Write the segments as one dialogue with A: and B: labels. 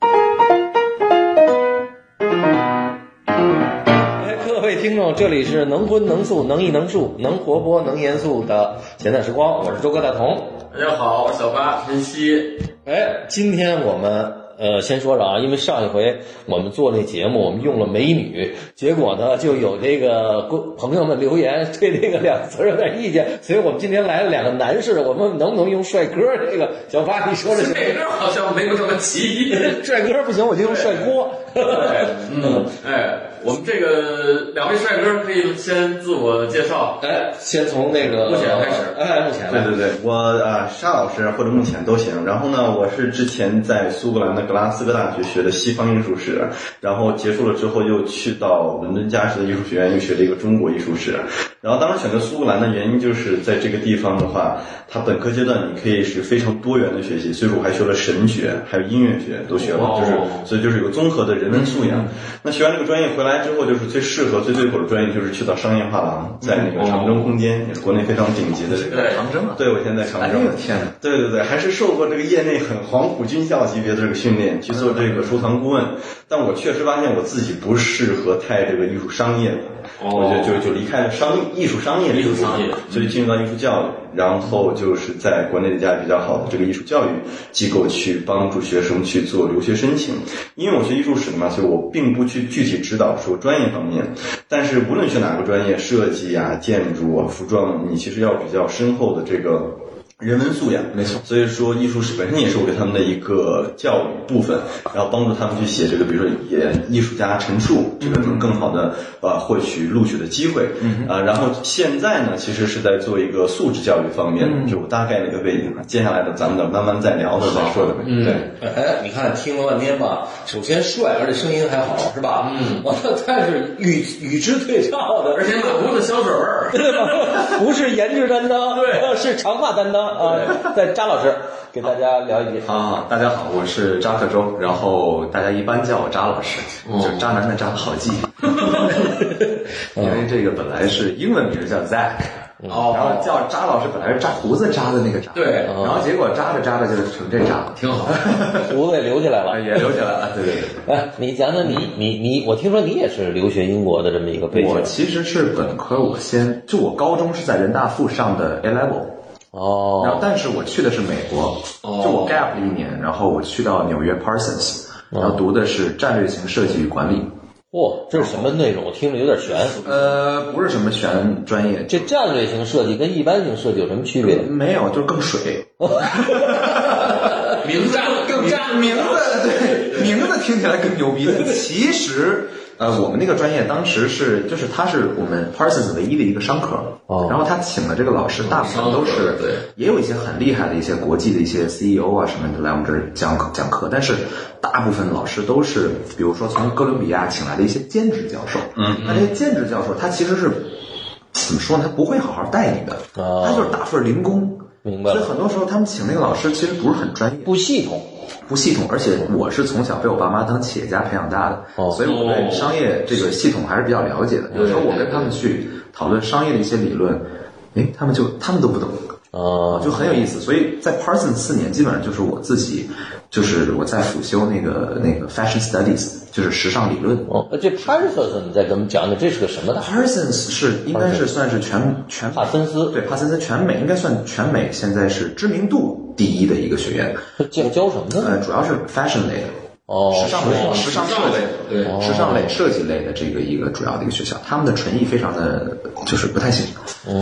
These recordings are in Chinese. A: 哎位听众，这里是能荤能素能艺能术能活泼能严肃的闲谈时光，我是周哥大同。
B: 大家好，我是小八晨曦。
A: 哎，今天我们呃先说说啊，因为上一回我们做那节目，我们用了美女，结果呢就有这个观朋友们留言对这个两个词儿有点意见，所以我们今天来了两个男士，我们能不能用帅哥这个？小八，你说这
B: 哎这歌好像没有什么歧义。
A: 帅哥不行，我就用帅锅。
B: 嗯，哎，我们这个两位帅哥可以先自我介 绍。
A: 哎，先从那个
B: 目前开始
A: 哎，目前
C: 对
A: 来。
C: 对对，我啊，沙老师或者目前都行。然后呢，我是之前在苏格兰的格拉斯哥大学学的西方艺术史，然后结束了之后又去到伦敦加什的艺术学院，又学了一个中国艺术史。然后当时选择苏格兰的原因就是在这个地方的话，它本科阶段你可以是非常多元的学习，所以说我还学了神学，还有音乐学都学了，就是
B: 哦
C: 所以就是有综合的人文素养。那学完这个专业回来之后，就是最适合、最对口的专业就是去到商业画廊，在那个长征空间，也是国内非常顶级的这个。
B: 对，
D: 长征啊！
C: 对，我现在
D: 哎
C: 长征
D: 呦。天哪！
C: 对对对，还是受过这个业内很黄埔军校级别的这个训练，去做这个收藏顾问。
D: 嗯
C: 但我确实发现我自己不适合太这个艺术商业了，
B: 哦
C: 我就就就离开了商艺术商业这个
B: 艺术商业嗯
C: 部分所以进入到艺术教育，然后就是在国内的一家比较好的这个艺术教育机构去帮助学生去做留学申请。因为我学艺术史的嘛，所以我并不去具体指导说专业方面，但是无论学哪个专业，设计啊、建筑啊、服装，你其实要比较深厚的这个。人文素养，没错。所以说，艺术史本身也是我给他们的一个教育部分，然后帮助他们去写这个，比如说也艺术家陈述，这个能更好的呃获取录取的机会。嗯啊、然后现在呢，其实是在做一个素质教育方
D: 嗯
C: 面，就我大概的一个背景。接下来的咱们等慢慢再聊的再说的呗。
D: 嗯
C: 对。
A: 哎，你看听了半天吧，首先帅，而且声音还好，是吧？嗯，完了，但是与与之对照的，
B: 而且满屋子香水味儿。
A: 对吧？不是颜值担当，
B: 对，
A: 是长发担当啊！在张老师给大家聊一句，
D: 啊，大家好，我是扎克周，然后大家一般叫我扎老师，就渣男的渣，好 记，因为这个本来是英文名叫 Zack，然
B: 哦
D: 后叫扎老师本来是扎胡子扎的那个扎，
B: 对
D: 然后结果扎着扎着就成这扎，
B: 挺好，
A: 胡子也留起来
D: 啊
A: 了。
D: 也留起来了，对对对。
A: 哎，你讲讲你你你，我听说你也是留学英国的这么一个背景
D: 我其实是本科，我先就我高中是在人大附上的 A level，然后
A: 哦，
D: 但是我去的是美国，
B: 哦
D: 就我 gap 了一年，然后我去到纽约 Parsons，然后读的是战略型设计与管理。
A: 嚯，这是什么内容？我听着有点悬。
D: 呃，不是什么选专业，
A: 这战略型设计跟一般型设计有什么区别？
D: 没有，就是更水。
B: 名字更扎
D: 名字对，名字听起来更牛逼，但其实。呃，我们那个专业当时是，就是它是我们 Parsons 唯一的一个商科，
A: 哦
D: 然后他请的这个老师大部分都
B: 商
D: 是
B: 科对，
D: 也有一些很厉害的一些国际的一些 CEO 啊什么的来我们这儿讲讲课，但是大部分老师都是，比如说从哥伦比亚请来的一些兼职教授，嗯，那这些兼职教授他其实是怎么说呢？他不会好好带你的，
A: 哦
D: 他就是打份儿零工，
A: 明白了
D: 所以很多时候他们请那个老师其实不是很专业，
A: 不系统。
D: 不系统，而且我是从小被我爸妈当企业家培养大的，
A: 哦
D: 所以我对商业这个系统还是比较了解的。有时候我跟他们去讨论商业的一些理论，诶，他们就他们都不懂，
A: 啊，
D: 就很有意思。所以在 Parsons 四年，基本上就是我自己，就是我在辅修那个那个 Fashion Studies，就是时尚理论。
A: 哦，这 Parsons，你再给我们讲讲，这是个什么大学？
D: Parsons 是应该是算是全全
A: 帕森斯
D: 对帕森斯全美应该算全美现在是知名度第一的一个学院，
A: 这教教什么呢？
D: 呃，主要是 fashion 类的。
A: 哦
D: 时尚类、哦时尚
B: 时
D: 设
B: 尚类
D: 计，
B: 对
D: 对，时尚类、设计类的这个一个主要的一个学校，他们的纯艺非常的，就是不太行，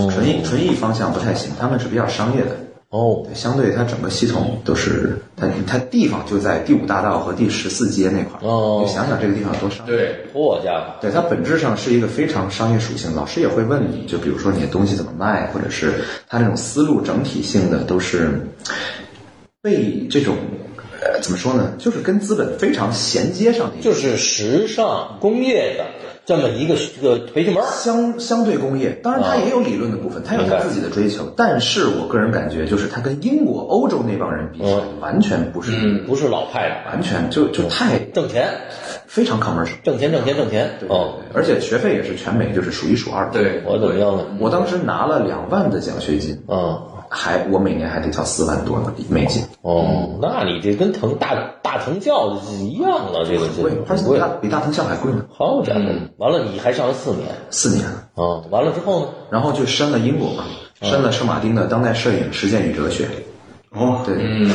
D: 纯艺纯艺方向不太行，他们是比较商业的，
A: 哦，
D: 对，相对它整个系统都是它它地方就在第五大道和第十四街那块儿，
A: 哦
D: 你想想这个地方有多商业，
B: 对，
A: 嚯家伙！
D: 对，它本质上是一个非常商业属性。老师也会问你，就比如说你的东西怎么卖，或者是它这种思路整体性的都是被这种呃怎么说呢，就是跟资本非常衔接上的一个，
A: 就是时尚工业的这么一个这个培训班儿。
D: 相相对工业。当然，它也有理论的部分，它有
A: 啊明白
D: 它自己的追求。但是我个人感觉，就是它跟英国、欧洲那帮人比起来，
A: 嗯
D: 完全不是，
A: 不是老派的，
D: 完全就
A: 嗯
D: 就太
A: 挣钱，
D: 非常 commercial。
A: 挣钱，挣钱，挣钱。
D: 对
A: 哦，，
D: 而且学费也是全美就是数一数二的。
B: 对
A: 我怎么样呢？
D: 我当时拿了两万的奖学金，
A: 嗯，
D: 还我每年还得交四万多呢美金。嗯
A: 哦，那你这跟藤大大藤教一样了，这个这
D: 贵
A: 个，很
D: 而且
A: 贵
D: 比大，比大藤校还贵呢，
A: 好家伙！
D: 嗯
A: 完了，你还上了四年
D: 四年。
A: 啊，完了之后呢？
D: 然后就申了英国嘛，
A: 嗯
D: 申了圣马丁的当代摄影实践与哲学。
C: 哦，
D: 对，
B: 嗯，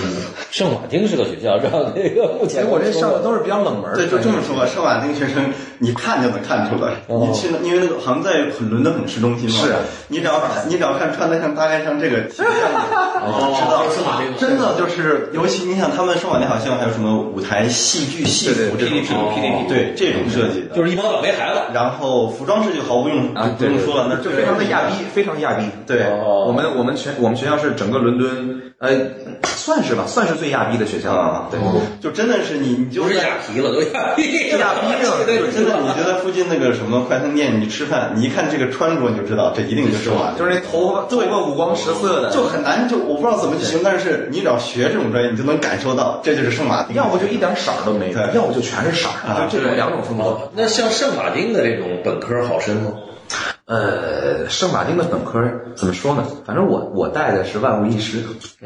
A: 圣马丁是个学校，让那个目前
D: 结果哎这上的都是比较冷门
C: 对，
D: 的专
C: 就
D: 业。
C: 这么说吧，圣马丁学生，你看就能看出来。
A: 哦
C: 你去那，因为那个好像在很伦敦很市中心嘛。
D: 是
C: 你只要看，你只要看穿的像大概像这个形象，
B: 哦
C: 你知道
B: 就是圣马丁
C: 真的就是，尤其你想他们圣马丁好像还有什么舞台戏剧戏服这种
D: PDP
C: 哦
B: PDP
C: 对这种设计的，
A: 就是一帮倒霉孩子。
C: 然后服装设计毫不用
D: 啊，
C: 不
D: 对
C: 用说了，那
D: 就非常的亚逼，非常亚逼。
C: 对
A: 哦
D: 我们我们全我们学校是整个伦敦，呃，算是吧，算是最亚逼的学校
C: 啊
D: 了。对，
C: 就真的是你，你就
A: 不是
C: 在
A: 亚皮了，都亚皮
D: 啊
C: 亚逼了，
A: 对
C: 就真的，你就在附近那个什么快餐店，你吃饭，你一看这个穿着，你就知道这一定就是我，
D: 就是那头发头发五光十色的，
C: 就很难，就我不知道怎么去形容，但是你只要学这种专业，你就能感受到，这就是圣马丁。
D: 要不就一点色儿都没有，
C: 对
D: 要不就全是色
C: 啊
D: 儿，就这种两种风格。
A: 那像圣马丁的这种本科好申吗？
D: 呃，圣马丁的本科怎么说呢？反正我我带的是万无一失，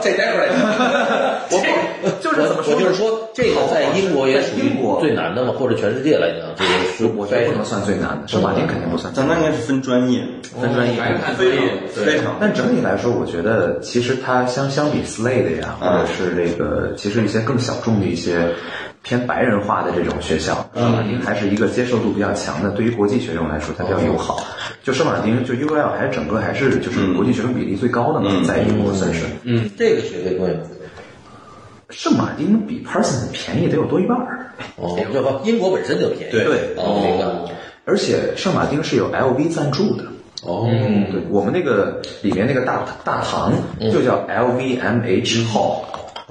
A: 这待会儿
D: 我 不就是怎么说
A: 我
D: 呢？
A: 就是说，这个在英国也
D: 在
A: 属于
D: 英国
A: 最难的嘛，或者全世界来讲，这个是
D: 我觉得不能算最难的，圣马丁肯定不算最
C: 咱
D: 难
C: 那应该是分专业，
D: 分专业。
B: 还是看专业
C: 非
B: 对
C: 常，非常。
D: 但整体来说，我觉得其实它相相比 Slade 呀，或
B: 啊
D: 者是这个，其实一些更小众的一些偏白人化的这种学校，
B: 嗯
D: 圣马丁还是一个接受度比较强的。对于国际学生来说，它比较友
B: 哦
D: 好。就圣马丁，就 UL 还是整个还是
B: 嗯
D: 就是国际学生比例最高的嘛，在英国算是。
A: 嗯，这个学费贵吗？
D: 圣马丁比 Parsons 便宜得有多一半儿，
A: 哦，要不英国本身就便宜。
C: 对
D: 对
A: 哦，明白。
D: 而且圣马丁是有 LV 赞助的。嗯
A: 哦，
D: 对我们那个里面那个大大堂
B: 嗯
D: 就叫 LVMH Hall，、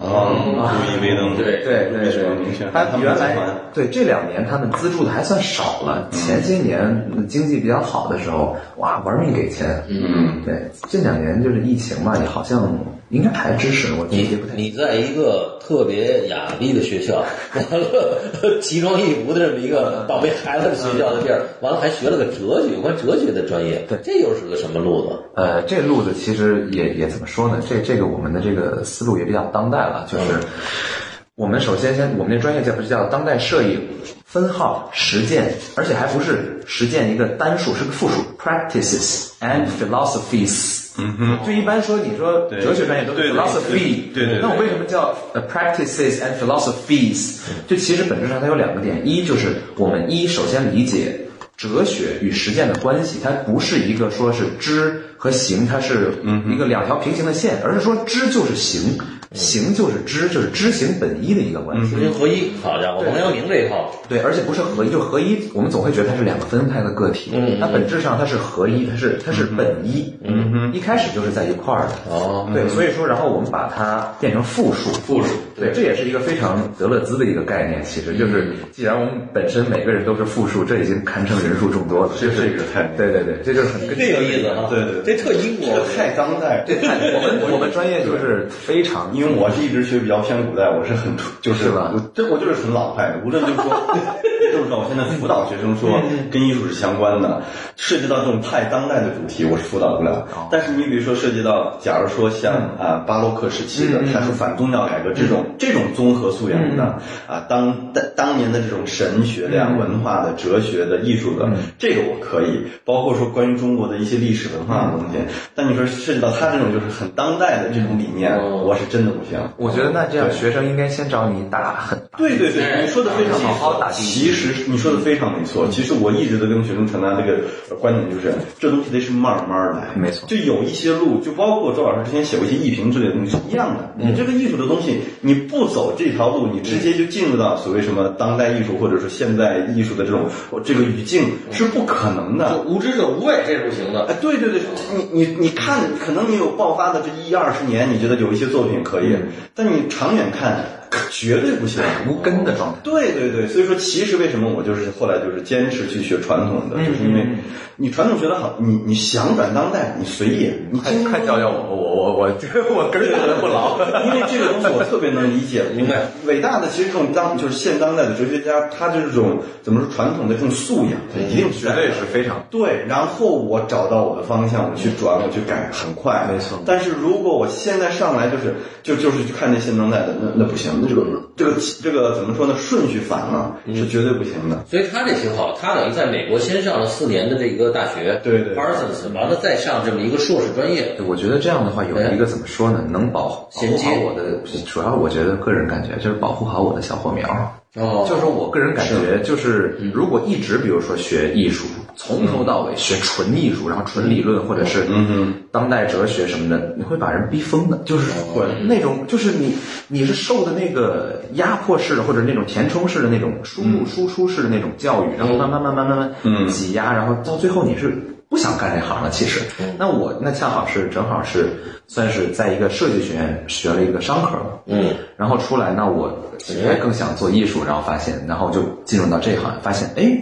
C: 啊，注意微灯，
B: 哦对
D: 对
C: 为
D: 对
C: 什么明
D: 对
C: 显，
D: 他原
C: 他
D: 来
C: 们
D: 对这两年他们资助的还算少了，前些年嗯经济比较好的时候，哇，玩命给钱。嗯，对，这两年就是疫情嘛，也好像应该还支持我，具体
A: 你
D: 不太。
A: 你在一个特别雅丽的学校，完了奇装异服的这么一个倒霉孩子的学校的地儿，完了还学了个哲学，有关哲学的专业，对，这又是个什么路子？
D: 呃，这路子其实也也怎么说呢？这这个我们的这个思路也比较当代了，就是我们首先先我们那专业叫不是叫当代摄影分号实践，而且还不是实践一个单数，是个复数，practices and philosophies。嗯哼，就一般说你说
C: 对
D: 哲学专业都是
C: 对对
D: philosophy，
C: 对对对
D: 那我为什么叫呃 practices and philosophies？就
C: 嗯
D: 其实本质上它有两个点，一就是我们一首先理解哲学与实践的关系，它不是一个说是知和行，它是
C: 嗯
D: 一个两条平行的线，而是说知就是行，行就是知，就是知行本一的一个关
C: 嗯
D: 系。
A: 知行合一，好家伙，王阳明这一套，
D: 对，而且不是合一，就合一，我们总会觉得它是两个分开的个体，它本质上它是合一，它是它是本一，嗯，一开始就是在一块儿的，
A: 哦，
D: 对，所以说，然后我们把它变成复数，
B: 复数
D: 对，嗯这也是一个非常德勒兹的一个概念。其实就是，既然我们本身每个人都是复数，这已经堪称人数众多了。
C: 这
D: 就是
C: 一个太
D: 对对对，这就是很根
A: 这有意思啊，
C: 对对
A: 这特英国，
C: 太当代，
D: 对，太我们我们专业就是非常
C: 因为我是一直学比较偏古代，我是很就是
D: 是吧
C: 我这我就是纯老派的，无论就是说，就是说我现在辅导学生说跟艺术是相关的，涉及到这种太当代的主题，我是辅导不了。但是你比如说涉及到，假如说像啊巴洛克时期的，它是反宗教改革这种这种综合素养的啊当当当年的这种神学的呀、文化的、哲学的、艺术的，这个我可以，包括说关于中国的一些历史文化的东西。但你说涉及到他这种就是很当代的这种理念，
D: 哦
C: 我是真的不行。
D: 我觉得那这样学生应该先找你打很
C: 对对对，你说的非常
D: 好好打地嗯基
C: 其实你说的非常没错。其实我一直在跟学生传达这个呃观点，就是这东西得是慢慢来。
D: 没错
C: 就有一些路，就包括周老师之前写过一些艺评之类的东西是一样的。
D: 嗯
C: 你这个艺术的东西，你不走这条路，你直接就进入到所谓什么当代艺术或者说现代艺术的这种这个语境是不可能的。
A: 无知者无畏，这是不行的。
C: 哎，对对对，你你你看，
D: 嗯
C: 可能你有爆发的这一二十年，你觉得有一些作品可以，但你长远看，可绝对不行。
D: 无根的状态。
C: 对对对，所以说其实为什么我就是后来就是坚持去学传统的，
D: 嗯
C: 就是因为你传统学得好，你你想转当代，你随意，你
D: 嗯快快教教我，我我我我根本不牢。
C: 因为这个东西我特别能理 解，明白。伟大的其实这种当就是现当代的哲学家，他这种怎么说传统的这种素养，他一定是
D: 绝
C: 在的
D: 对是非常
C: 对，然后我找到我的方向，我去转，我去改，很快。
D: 没错
C: 但是如果我现在上来就是就就是去看那新当代的，那那不行，那这个这个这个怎么说呢？顺序反了，
A: 嗯
C: 是绝对不行的。
A: 所以他这挺好，他等于在美国先上了四年的这个大学，
C: 对对
A: Parsons，完了再上这么一个硕士专业，
D: 对哎我觉得这样的话有一个怎么说呢，能保保
A: 衔
D: 护
A: 接
D: 好我的，主要我觉得个人感觉就是保护好我的小火苗。
A: 哦
D: 就是说我个人感觉，就是如果一直比如说学艺术，从头到尾学纯艺术，然后纯理论或者是当代哲学什么的，你会把人逼疯的，就是会那种就是你你是受的那个压迫式的或者那种填充式的那种输入输出式的那种教育，然后慢慢慢慢慢慢挤压，然后到最后你是。不想干这行了，其实。那我那恰好是正好是算是在一个设计学院学了一个商科，
A: 嗯，
D: 然后出来，那我其实还更想做艺术，然后发现，然后就进入到这一行，发现哎，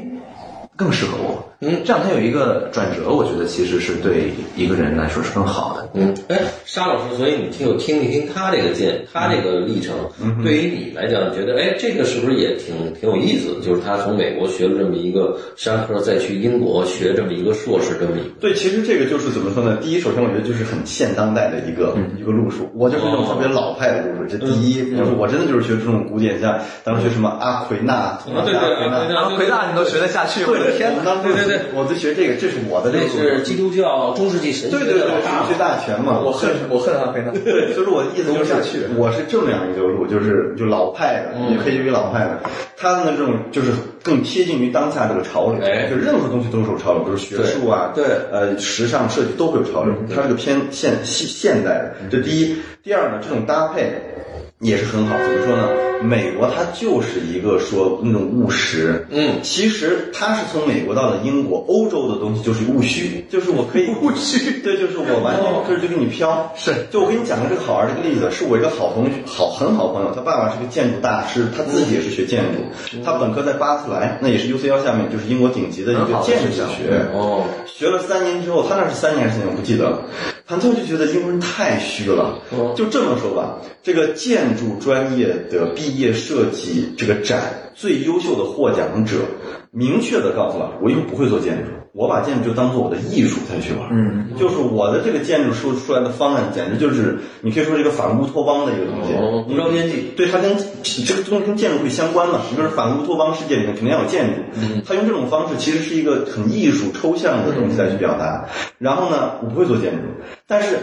D: 更适合我。嗯，这样它有一个转折，我觉得其实是对一个人来说是更好的。
A: 嗯，哎，沙老师，所以你听我听一听他这个劲，
C: 嗯
A: 他这个历程，对于你来讲，你觉得哎，这个是不是也挺挺有意思的？就是他从美国学了这么一个商科，再去英国学这么一个硕士，这么一个，
C: 对，其实这个就是怎么说呢？第一，首先我觉得就是很现当代的一个、
A: 嗯
C: 一个路数，我就是那种特别老派的路数。这
A: 哦
C: 第一，就是我真的就是学这种古典，像当时学什么阿奎那，
A: 啊嗯对对
C: 阿
A: 阿
C: 奎
A: 奎
C: 那
A: 那，
D: 啊，奎大你都学得下去，我的天
C: 我！当时
A: 对对对，
C: 我就学这个，这是我的这个
A: 那
C: 路数。
A: 是基督教中世纪神学
C: 对对
A: 的
C: 对，
A: 老大
C: 神学大全嘛，
D: 恨我恨阿奎 那，
C: 对，所以说我的意思就
D: 不
C: 是
D: 下去，
C: 我是这么样一个路，就是就老派的，也可以为老派的。他的这种就是更贴近于当下这个潮流，
A: 哎
C: 就任何东西都是有潮流，比如学术啊，
A: 对对
C: 呃，时尚设计都会有潮流，
D: 嗯
C: 它是个偏现现现代的。这第一，第二呢，这种搭配也是很好。怎么说呢？美国它就是一个说那种务实，
A: 嗯，
C: 其实它是从美国到了英国，欧洲的东西就是务虚，就是我 可以务虚，对，就是我完全可以就给你飘。
D: 哦是
C: 就我给你讲个这个好玩的例子，是我一个好同学，好很好朋友，他爸爸是个建筑大师，他自己也是学建
D: 嗯
C: 筑，他本科在巴特莱，那也是 UCL 下面就是英国顶级的一
D: 很
C: 个
D: 好的
C: 建筑
D: 学校
C: 学。
A: 哦，
C: 学了三年之后，他那是三年还是四年，我不记得了。他最后就觉得英国人太虚了，就这么说吧，这个建筑专业的毕业设计这个展最优秀的获奖者，明确的告诉老师，我又不会做建筑，我把建筑就当做我的艺术才去玩。嗯，就是我的这个建筑说出来的方案，简直就是你可以说是一个反乌托邦的一个东西。
A: 哦无聊边际
C: 对它跟这个东西跟建筑会相关嘛？你说反乌托邦世界里面肯定要有建筑，
A: 嗯
C: 他用这种方式其实是一个很艺术抽象的东西来去表达。然后呢，我不会做建筑，但是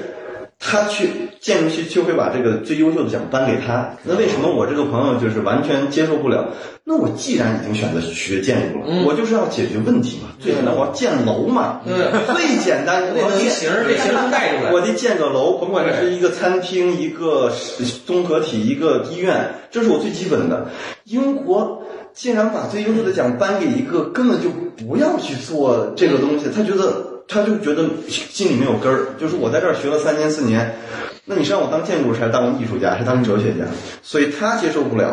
C: 他去建筑系就会把这个最优秀的奖颁给他。那为什么我这个朋友就是完全接受不了？那我既然已经选择学建筑了，
A: 嗯
C: 我就是要解决问题嘛，最简单我要建楼嘛，最简单
A: 那
C: 我
A: 个
C: 建
A: 形儿这形儿带出来
C: 我得建个楼，甭管是一个餐厅、一个综合体、一个医院，这是我最基本的。英国竟然把最优秀的奖颁给一个根本就不要去做这个东西，他觉得他就觉得心里没有根儿，就是我在这儿学了三年四年，那你是让我当建筑师，还是当艺术家，还是当哲学家？所以他接受不了。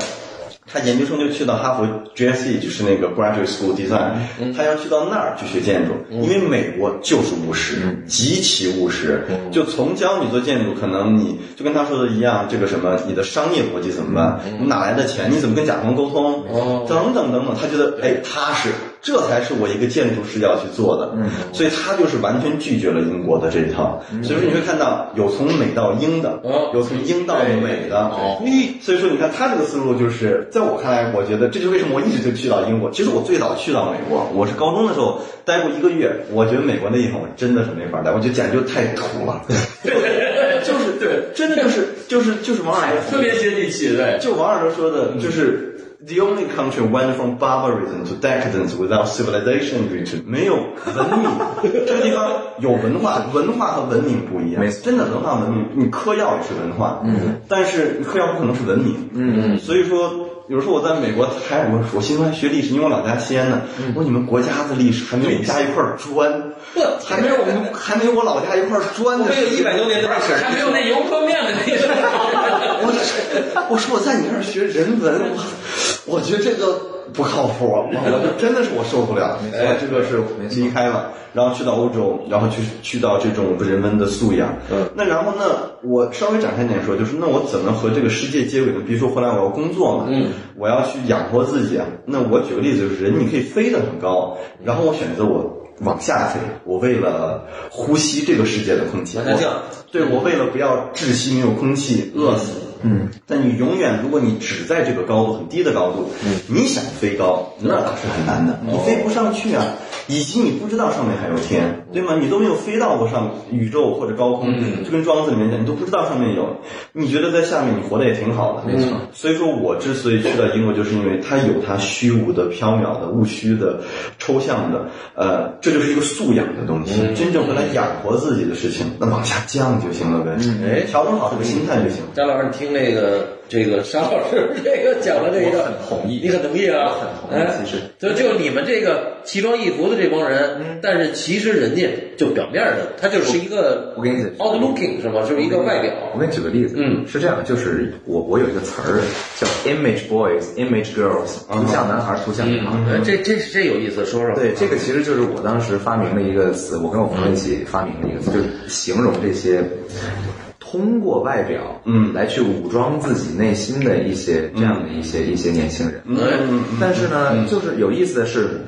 C: 他研究生就去到哈佛 GSE，就是那个 Graduate School Design，、他
A: 嗯
C: 要去到那儿去学建筑，因为美国就是务实，
A: 嗯
C: 极其务实。就从教你做建筑，可能你就跟他说的一样，这个什么你的商业逻辑怎么办？我哪来的钱？你怎么跟甲方沟通？
A: 嗯哦
C: 等等等等，他觉得哎踏实，这才是我一个建筑师要去做的。
A: 嗯
C: 所以他就是完全拒绝了英国的这一套。所以说你会看到有从美到英的，
A: 哦
C: 有从英到美的。
A: 哦
C: 所以说，你看他这个思路，就是在我看来，我觉得这就是为什么我一直就去到英国。其实我最早去到美国，我是高中的时候待过一个月，我觉得美国那地方我真的是没法待，我觉得简直就太土了，就是对，真的就是就是就是王尔德
B: 特别接地气，对。
C: 就王尔德说的，就是。The only country went from barbarism to decadence without civilization b e t w e e 没有文明，这个地方有文化，文化和文明不一样。
D: 没错
C: 真的文化文明，你嗑药也是文化，嗯，但是你嗑药不可能是文明，嗯嗯。所以说，有时候我在美国还我我心欢学历史，因为我老家西安的，我说你们国家的历史还没有我们家一块儿砖，还没有我们还没有我老家一块儿砖呢，
A: 没有一百多年的历史，
B: 还没有那油泼面的那个
D: 我我说我在你那儿学人文，我
C: 我觉得这个不靠谱，我我就真的是我受不了。
D: 没错
C: 哎，这个是
D: 没错
C: 离开了，然后去到欧洲，然后去去到这种人文的素养。
A: 嗯，
C: 那然后呢，我稍微展开一点说，就是那我怎么和这个世界接轨呢？比如说后来我要工作嘛，
A: 嗯，
C: 我要去养活自己啊。那我举个例子，就是人你可以飞得很高，然后我选择我。往下飞，我为了呼吸这个世界的空气，
A: 往下
C: 我
A: 降
C: 对我为了不要窒息没有空气饿死，嗯，但你永远如果你只在这个高度很低的高度，嗯，你想飞高那可是很难的，你飞不上去啊，以及你不知道上面还有天，对吗？你都没有飞到过上宇宙或者高空，就跟庄子里面讲，你都不知道上面有，你觉得在下面你活得也挺好的，没错。所以说我之所以去到英国，就是因为它有它虚无的、缥缈的、务虚的、抽象的，呃，这就是一个素养的东西，真正回来养活自己的事情，那往下降就行了呗，
A: 哎
C: 调整好这个心态就行。
A: 张老师，你听那个这个沙老师这个讲的这个，
D: 我很同意
A: 你很同意啊，
D: 我很同意
A: 哎
D: 其实
A: 就就你们这个奇装异服的这帮人，但是其实人家就表面的，他就是一个
D: 我给你解
A: outlooking 是吗？就是一个外表，
D: 我给你举个例子，
A: 嗯
D: 是这样，就是我我有一个词儿叫 image boys、image girls，图像男孩、图像女孩。
A: 哎这这这有意思，说说。
D: 对，这个其实就是我当时发明的一个词，我跟我朋友一起发明的一个词，就是形容这些通过外表，
C: 嗯
D: 来去武装自己内心的一些这样的一些、一些年轻人。
A: 嗯
D: 但是呢，就是有意思的是，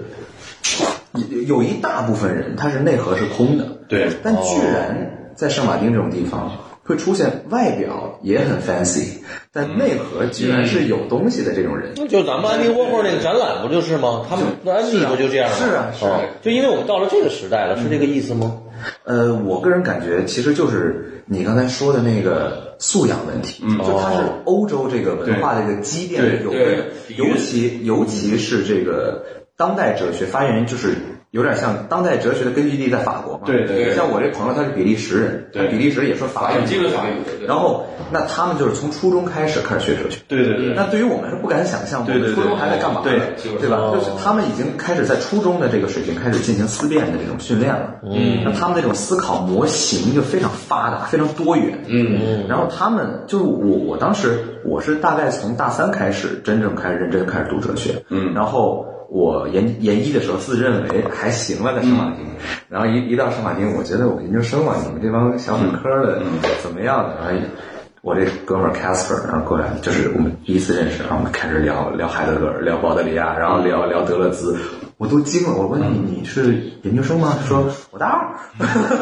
D: 有有一大部分人他是内核是空的，
C: 对
D: 但
A: 哦
D: 居然在圣马丁这种地方。会出现外表也很 fancy，但
A: 嗯
D: 内核居然是有东西的这种人，
A: 那就咱们安迪沃霍那个展览不就是吗？他们那安迪不就这样吗？
D: 是啊是啊
A: 哦就因为我们到了这个时代了，是这个意思吗？
D: 呃，我个人感觉其实就是你刚才说的那个素养问题，就它是欧洲这个文化的一个积淀
C: 对
B: 嗯
D: 有
B: 对
D: 根，尤其尤其是这个当代哲学发源就是。有点像当代哲学的根据地在法国嘛？
C: 对对对
D: 像我这朋友他是比利时人，他
C: 对
D: 比利时也说法
B: 法
D: 语
B: 语，基本法语对
D: 然后那他们就是从初中开始开始学哲学，
C: 对对对，
D: 那对于我们是不敢想象，我
C: 对对
D: 们
C: 对
D: 初中还在干嘛呢？
C: 对
B: 就是
D: 对吧？
A: 哦
D: 就是他们已经开始在初中的这个水平开始进行思辨的这种训练了。嗯，那他们那种思考模型就非常发达，非常多元。嗯，然后他们就是我，我当时我是大概从大三开始真正开始认真开始读哲学。
C: 嗯
D: 然后。我研研一的时候自认为还行了，在圣马丁，
C: 嗯
D: 然后一一到圣马丁，我觉得我研究生嘛，你们这帮小本科的、
C: 嗯
D: 怎么样的？然哎后我这哥们儿 Casper，然后过来就是我们第一次认识，然后我们开始聊聊海德格尔，聊保德里亚，然后聊聊德勒兹，我都惊了。我问
B: 嗯
D: 你你是研究生吗？他说我大二，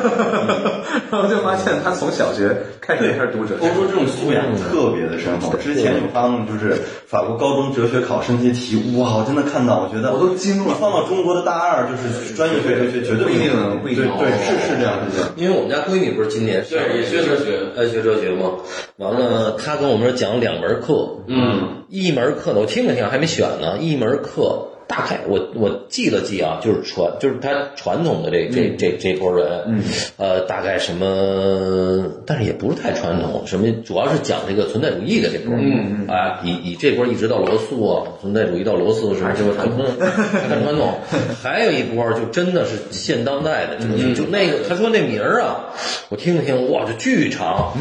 D: 然后就发现他从小学开始开始读哲
C: 欧
D: 学。
C: 洲这种素养特别的深厚。之前有发梦，就是法国高中哲学考试那些题，哇，我真的看到，我觉得
D: 我都惊了
C: 你放到中国的大二，就是专业学哲学，绝对
D: 不一定不一定
C: 对对，是是这样，是这样。
A: 因为我们家闺女不是今年是
B: 对也学哲学
A: 爱学哲学嘛。完了，她跟我们讲两门课，
B: 嗯，
A: 一门课呢，我听了听，还没选呢。一门课大概我我记了记啊，就是传就是他传统的这这这这波人，嗯，呃，大概什么，但是也不是太传统，什么主要是讲这个存在主义的这波，嗯嗯，哎，以以这波一直到罗素啊，存在主义到罗素是 这个传统，很传统。还有一波就真的是现当代的，就就那个他说那名儿啊，我听了听，哇，就巨长。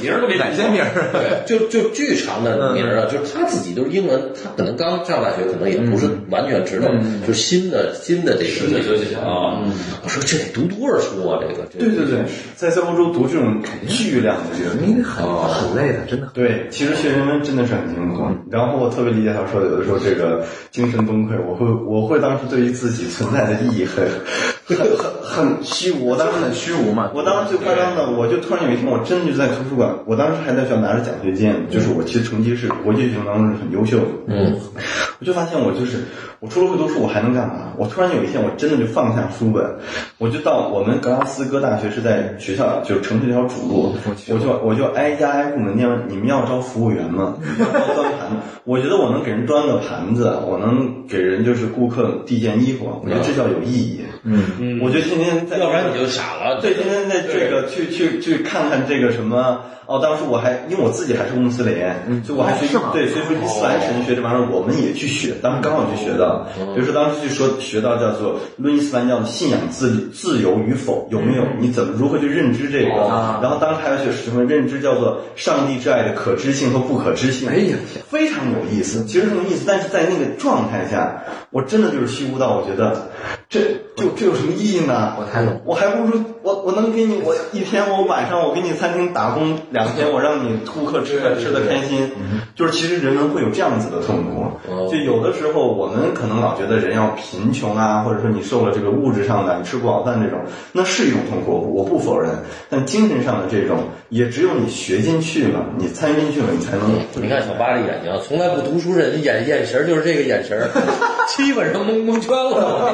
B: 名儿都没
D: 哪些名儿？
B: 对，
A: 就就巨长的名儿啊，就是他自己都是英文，他可能刚上大学，可能也不是
C: 嗯
A: 完全知道，就是新的新的这个
B: 新的哲学
A: 啊。我说这得读多少书啊？这个这个
C: 嗯对对对，在在欧洲读这种巨量的阅
D: 你
C: 读。
D: 很很累的，真的。
C: 对，其实学人文真的是很辛苦。然后我特别理解他说，有的时候这个精神崩溃，我会我会当时对于自己存在的意义很很很很虚无。我当时
D: 很虚无嘛，
C: 我当时最夸张的，我就突然有一天，我真的就在图书馆，我当时还在学校拿着奖学金，就是我其实成绩是国际学生当中是很优秀的，嗯，我就发现我就是我除了会读书，我还能干嘛？我突然有一天，我真的就放下书本，我就到我们格拉斯哥大学是在学校就是城市这条主路，我就我就挨家挨户的念，你们要招服务员吗？你们要招端盘子？ 我觉得我能给人端个盘子，我能给人就是顾客递件衣服，我觉得这叫有意义。嗯，我觉得天天在
A: 要不然你就傻了。
C: 对，天天在这个去去去看看这个什么。哦，当时我还因为我自己还是穆斯林，就我还学
D: 嗯哦是吗
C: 对，所以说伊斯兰神学这玩意儿我们也去学，当时刚好去学到，
D: 嗯
C: 比如说当时去说学到叫做论伊斯兰教的信仰自自由与否有没有，
D: 嗯
C: 你怎么如何去认知这个，
D: 哦啊
C: 然后当时还要学什么认知叫做上帝之爱的可知性和不可知性，
D: 哎呀
C: 非常有意思，其实很有意思，但是在那个状态下，我真的就是虚无到我觉得这这这有什么意义呢？
D: 我太懂了
C: 我还不如我我能给你我一天我晚上我给你餐厅打工两天，我让你顾客吃的吃的开心，就是其实人们会有这样子的痛
A: 哦
C: 苦。就有的时候我们可能老觉得人要贫穷啊，或者说你受了这个物质上的你吃不饱饭这种，那是一种痛苦，我不否认。但精神上的这种，也只有你学进去了，你参与进去了，你才能。
A: 你看小八这眼睛啊，从来不读书人眼眼神儿就是这个眼神儿， 基本上蒙蒙圈了。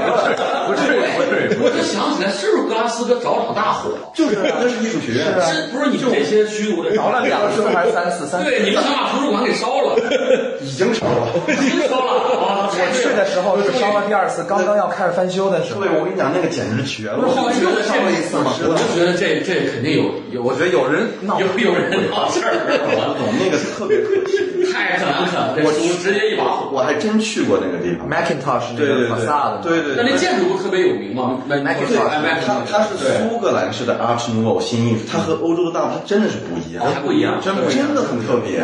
B: 不至于，不至于。我就想起来，是不是格拉斯哥找场大火？
C: 就是啊，那是艺术学院。
B: 是啊不是你们这些虚无的
D: 着了两次还是三次？三次。
B: 对，你们想把图书馆给烧了，
C: 已经成了。
B: 已经烧了啊！
E: 我去的时候是烧了第二次，刚刚要开始翻修的时候
C: 对，，我跟你讲，那个简直绝了。
B: 我就觉得这我就觉得这这肯定有有，我觉得有人
E: 闹
B: 有有人闹事儿，
C: 我那个特别可惜，
B: 太难看了，这书直接一把火。
C: 我还真去过那个地方。
E: Macintosh 那
C: 对对
E: 个
C: 对
E: facade，，
C: 对对
B: 那那
C: 对。
B: 建筑不是特别有名吗？麦麦
C: 对，
B: 麦
C: 它它是
B: 对
C: 苏格兰式的 Art Nouveau 新艺术，它和欧洲的大陆它真的是不一样，
B: 还不一样，
C: 真的很特别。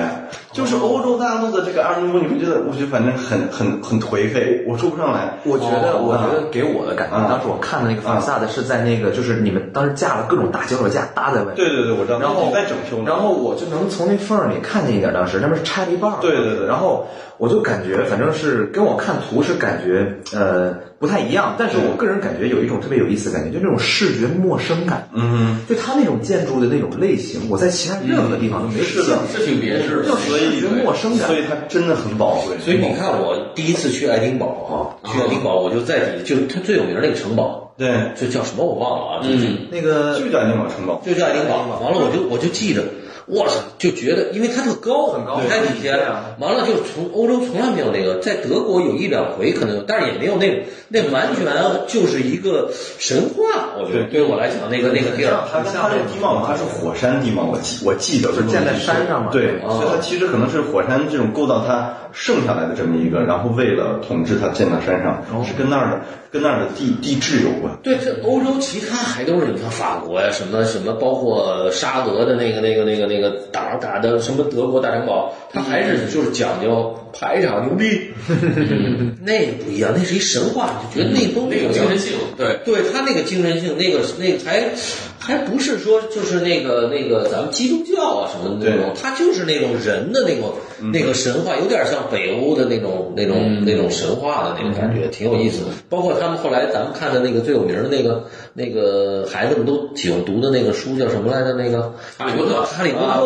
C: 就是欧洲大陆的这个 Art Nouveau，你会觉得，我觉得反正很很很颓废，我说不上来。
D: 我觉得，
C: 哦
D: 我觉得给我的感觉，
C: 嗯
D: 当时我看的那个法萨的是在那个，就是你们当时架了各种大脚手架搭在外面，
C: 对对对，我知道。
D: 然后
C: 你在整修呢，
D: 然后我就能从那缝儿里看见一点，当时他们是拆了一半儿，
C: 对对对
D: 然后我就感觉，反正是跟我看图是感觉呃不太一样，但是我个人感觉有一种特别有意思的感觉，就那种视觉陌生感，
C: 嗯，
D: 就它那种建筑的那种类型，我在其他任何地方都没
C: 是
D: 见
C: 的
D: 过，
B: 是挺别致的。
D: 就
C: 所以
D: 视觉陌生感
C: 所。以它真的很宝贵。
A: 所以你看，我第一次去爱丁堡啊，去爱丁堡，我就在底，就它最有名儿那个城堡，
C: 对，
A: 就叫什么我忘了啊，就是
B: 嗯，
D: 那个
C: 就叫宁宝城堡。
A: 就叫爱丁堡。完了，我就我就记着，我操，就觉得，因为它特高，很
D: 高
A: 在底下
D: 对啊。
A: 完了，就从欧洲从来没有那个，在德国有一两回可能有，但是也没有那种，那完全就是一个神话。我觉得对我来讲，那个那个地儿，
C: 它跟它这个地貌，它是火山地貌，我记我记得
D: 就是建在山上嘛
C: 对，
A: 哦
C: 所以它其实可能是火山这种构造它剩下来的这么一个，然后为了统治它建到山上，是跟那儿的跟那儿的地地质有关。
A: 对，这欧洲其他还都是你看法国呀，什么什么，包括沙俄的那个那个那个那个打打的什么德国大城堡，它还是就是讲究排场牛逼，那个不一样，那是一神话，你就觉得那都
B: 那个精神性，对，
A: 对他那个精神性，那个那个还还不是说就是那个那个咱们基督教啊什么的那种，他就是那种人的那种、那个神话，有点像北欧的那种那种、那种神话的那种感觉，挺有意思的。包括他们后来咱们看的那个最有名的那个那个孩子们都喜欢读的那个书叫什么来着？那个
B: 哈利波特
A: 哈利波特，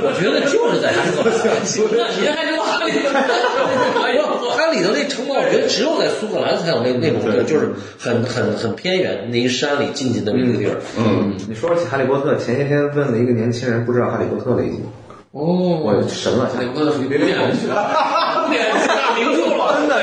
A: 我觉得就是在英格兰。
B: 那您还知道哈利波特？哎呦，
A: 它里头那城堡，我觉得只有在苏格兰才有那那种地儿，就是很很很偏远那一山里进去那么一个地儿。
C: 嗯，
D: 你说起哈利波特，前些天问了一个年轻人不知道哈利波特了已经，
A: 哦，
D: 我神了，
B: 哈利波特属于古典文学，古 典文学大名著了，
D: 真的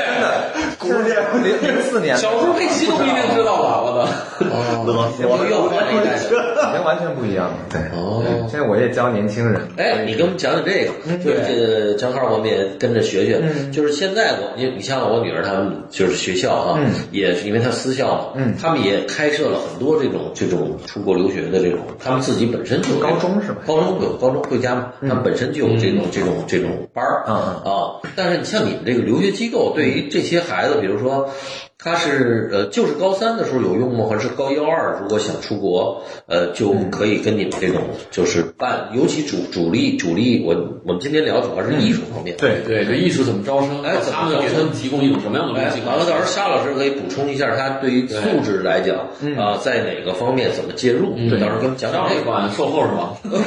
D: 真的，
C: 古典
D: 零零四年的
B: 小时候佩奇都不一定知道 吧？我操！
C: 嗯
A: 我
C: 哦
A: 们又换了一代人。
D: 已经完全不一样了。对，
A: 哦
D: 现在我也教年轻人。
A: 哎，你给我们讲讲这个，
D: 嗯
A: 就是这个正好我们也跟着学学。就是现在我，你你像我女儿她们，就是学校哈、
D: 嗯
A: 也是因为她私校嘛，
D: 嗯
A: 他们也开设了很多这种这种出国留学的这种，他们自己本身就有这种
D: 高中是吧
A: 高中有高中会加嘛，他们本身就有这种这种这种班儿
D: 嗯
A: 啊。但是你像你们这个留学机构，对于这些孩子，比如说。他是呃，就是高三的时候有用吗？还是高一高二如果想出国，呃，就可以跟你们这种就是办，尤其主主力主力，我我们今天聊主要是艺术方面。
D: 对，
B: 对，这艺术怎么招生？
A: 哎怎么
B: 他们
A: 招
B: 给
A: 生
B: 他们提供一种什么样的啊
A: 哎
B: 东西？，
A: 完了，到时候沙老师可以补充一下，他对于素质来讲啊，在哪个方面怎么介入？
B: 嗯
A: 到时候给我们讲讲
B: 张
A: 这
B: 老
A: 个。
B: 管售后是吧？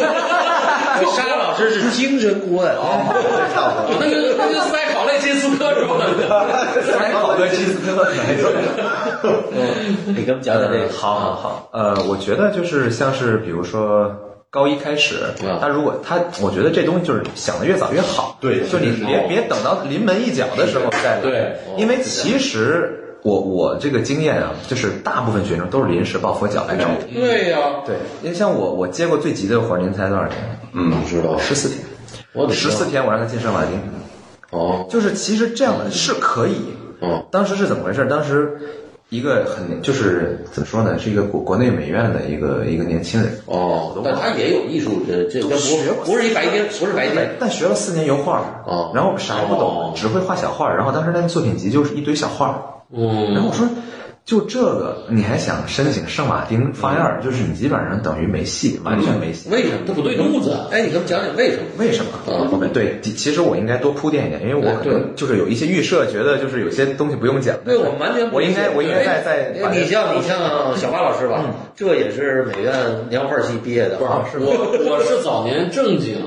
A: 沙老师是精神顾 问，
B: 我 那个那个赛考类金斯科是吧？
D: 还好的金斯科来着。
A: 你给我们讲讲这个。
D: 好好好， 呃，我觉得就是像是比如说。高一开始
A: 嗯，
D: 他如果他，我觉得这东西就是想的越早越好。
C: 对
D: 就你
C: 是
D: 别别等到临门一脚的时候再来。
B: 对，
D: 因为其实我我这个经验啊，就是大部分学生都是临时抱佛脚来找我。
A: 对呀、
D: 对，因为像我我接过最急的活儿，您猜多少天？
C: 嗯，
A: 不知道，
D: 十四天。
A: 我得
D: 十四天我让他进圣马丁，
A: 哦，
D: 就是其实这样的是可以。
A: 嗯，
D: 当时是怎么回事？当时一个很就是怎么说呢，是一个国国内美院的一个一个年轻人，
A: 哦，但他也有艺术，这这这
D: 学
A: 不
D: 过
A: 不是一白丁，不是白丁，
D: 哎但学了四年油画，
A: 哦
D: 然后啥也不
A: 哦
D: 懂，只会画小画儿。然后当时那个作品集就是一堆小画儿，然
A: 嗯
D: 后我说，就这个你还想申请圣马丁方案二，就是你基本上等于没戏，完全没戏。
A: 为什么他不对路子？
B: 啊
A: 哎，你给我们讲讲为什么？
D: 为什么？
A: 嗯
D: 我们对，其其实我应该多铺垫一点，因为
A: 哎
D: 我可
A: 对
D: 能就是有一些预设，觉得就是有些东西不用讲。
A: 对我们完全不
D: 我应该，我应该再
A: 哎
D: 再把
A: 哎
D: 这。
A: 你像你像小花老师吧，这也是美院年画系毕业的，
B: 不是我，我是早年正经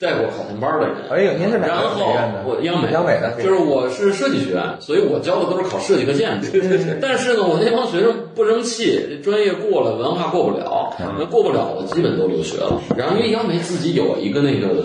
B: 带过考前班的人。
E: 哎呦，您是哪
B: 然
E: 个
B: 后
E: 学院的？
B: 我央美
E: 央美的，
B: 就是我是设计学院，所以我教的都是考设计和建筑。
E: 嗯
B: 但是呢，我那帮学生不争气，专业过了，文化过不了，
E: 嗯
B: 那过不了的基本都留学了。然后因为央媒自己有一个那个。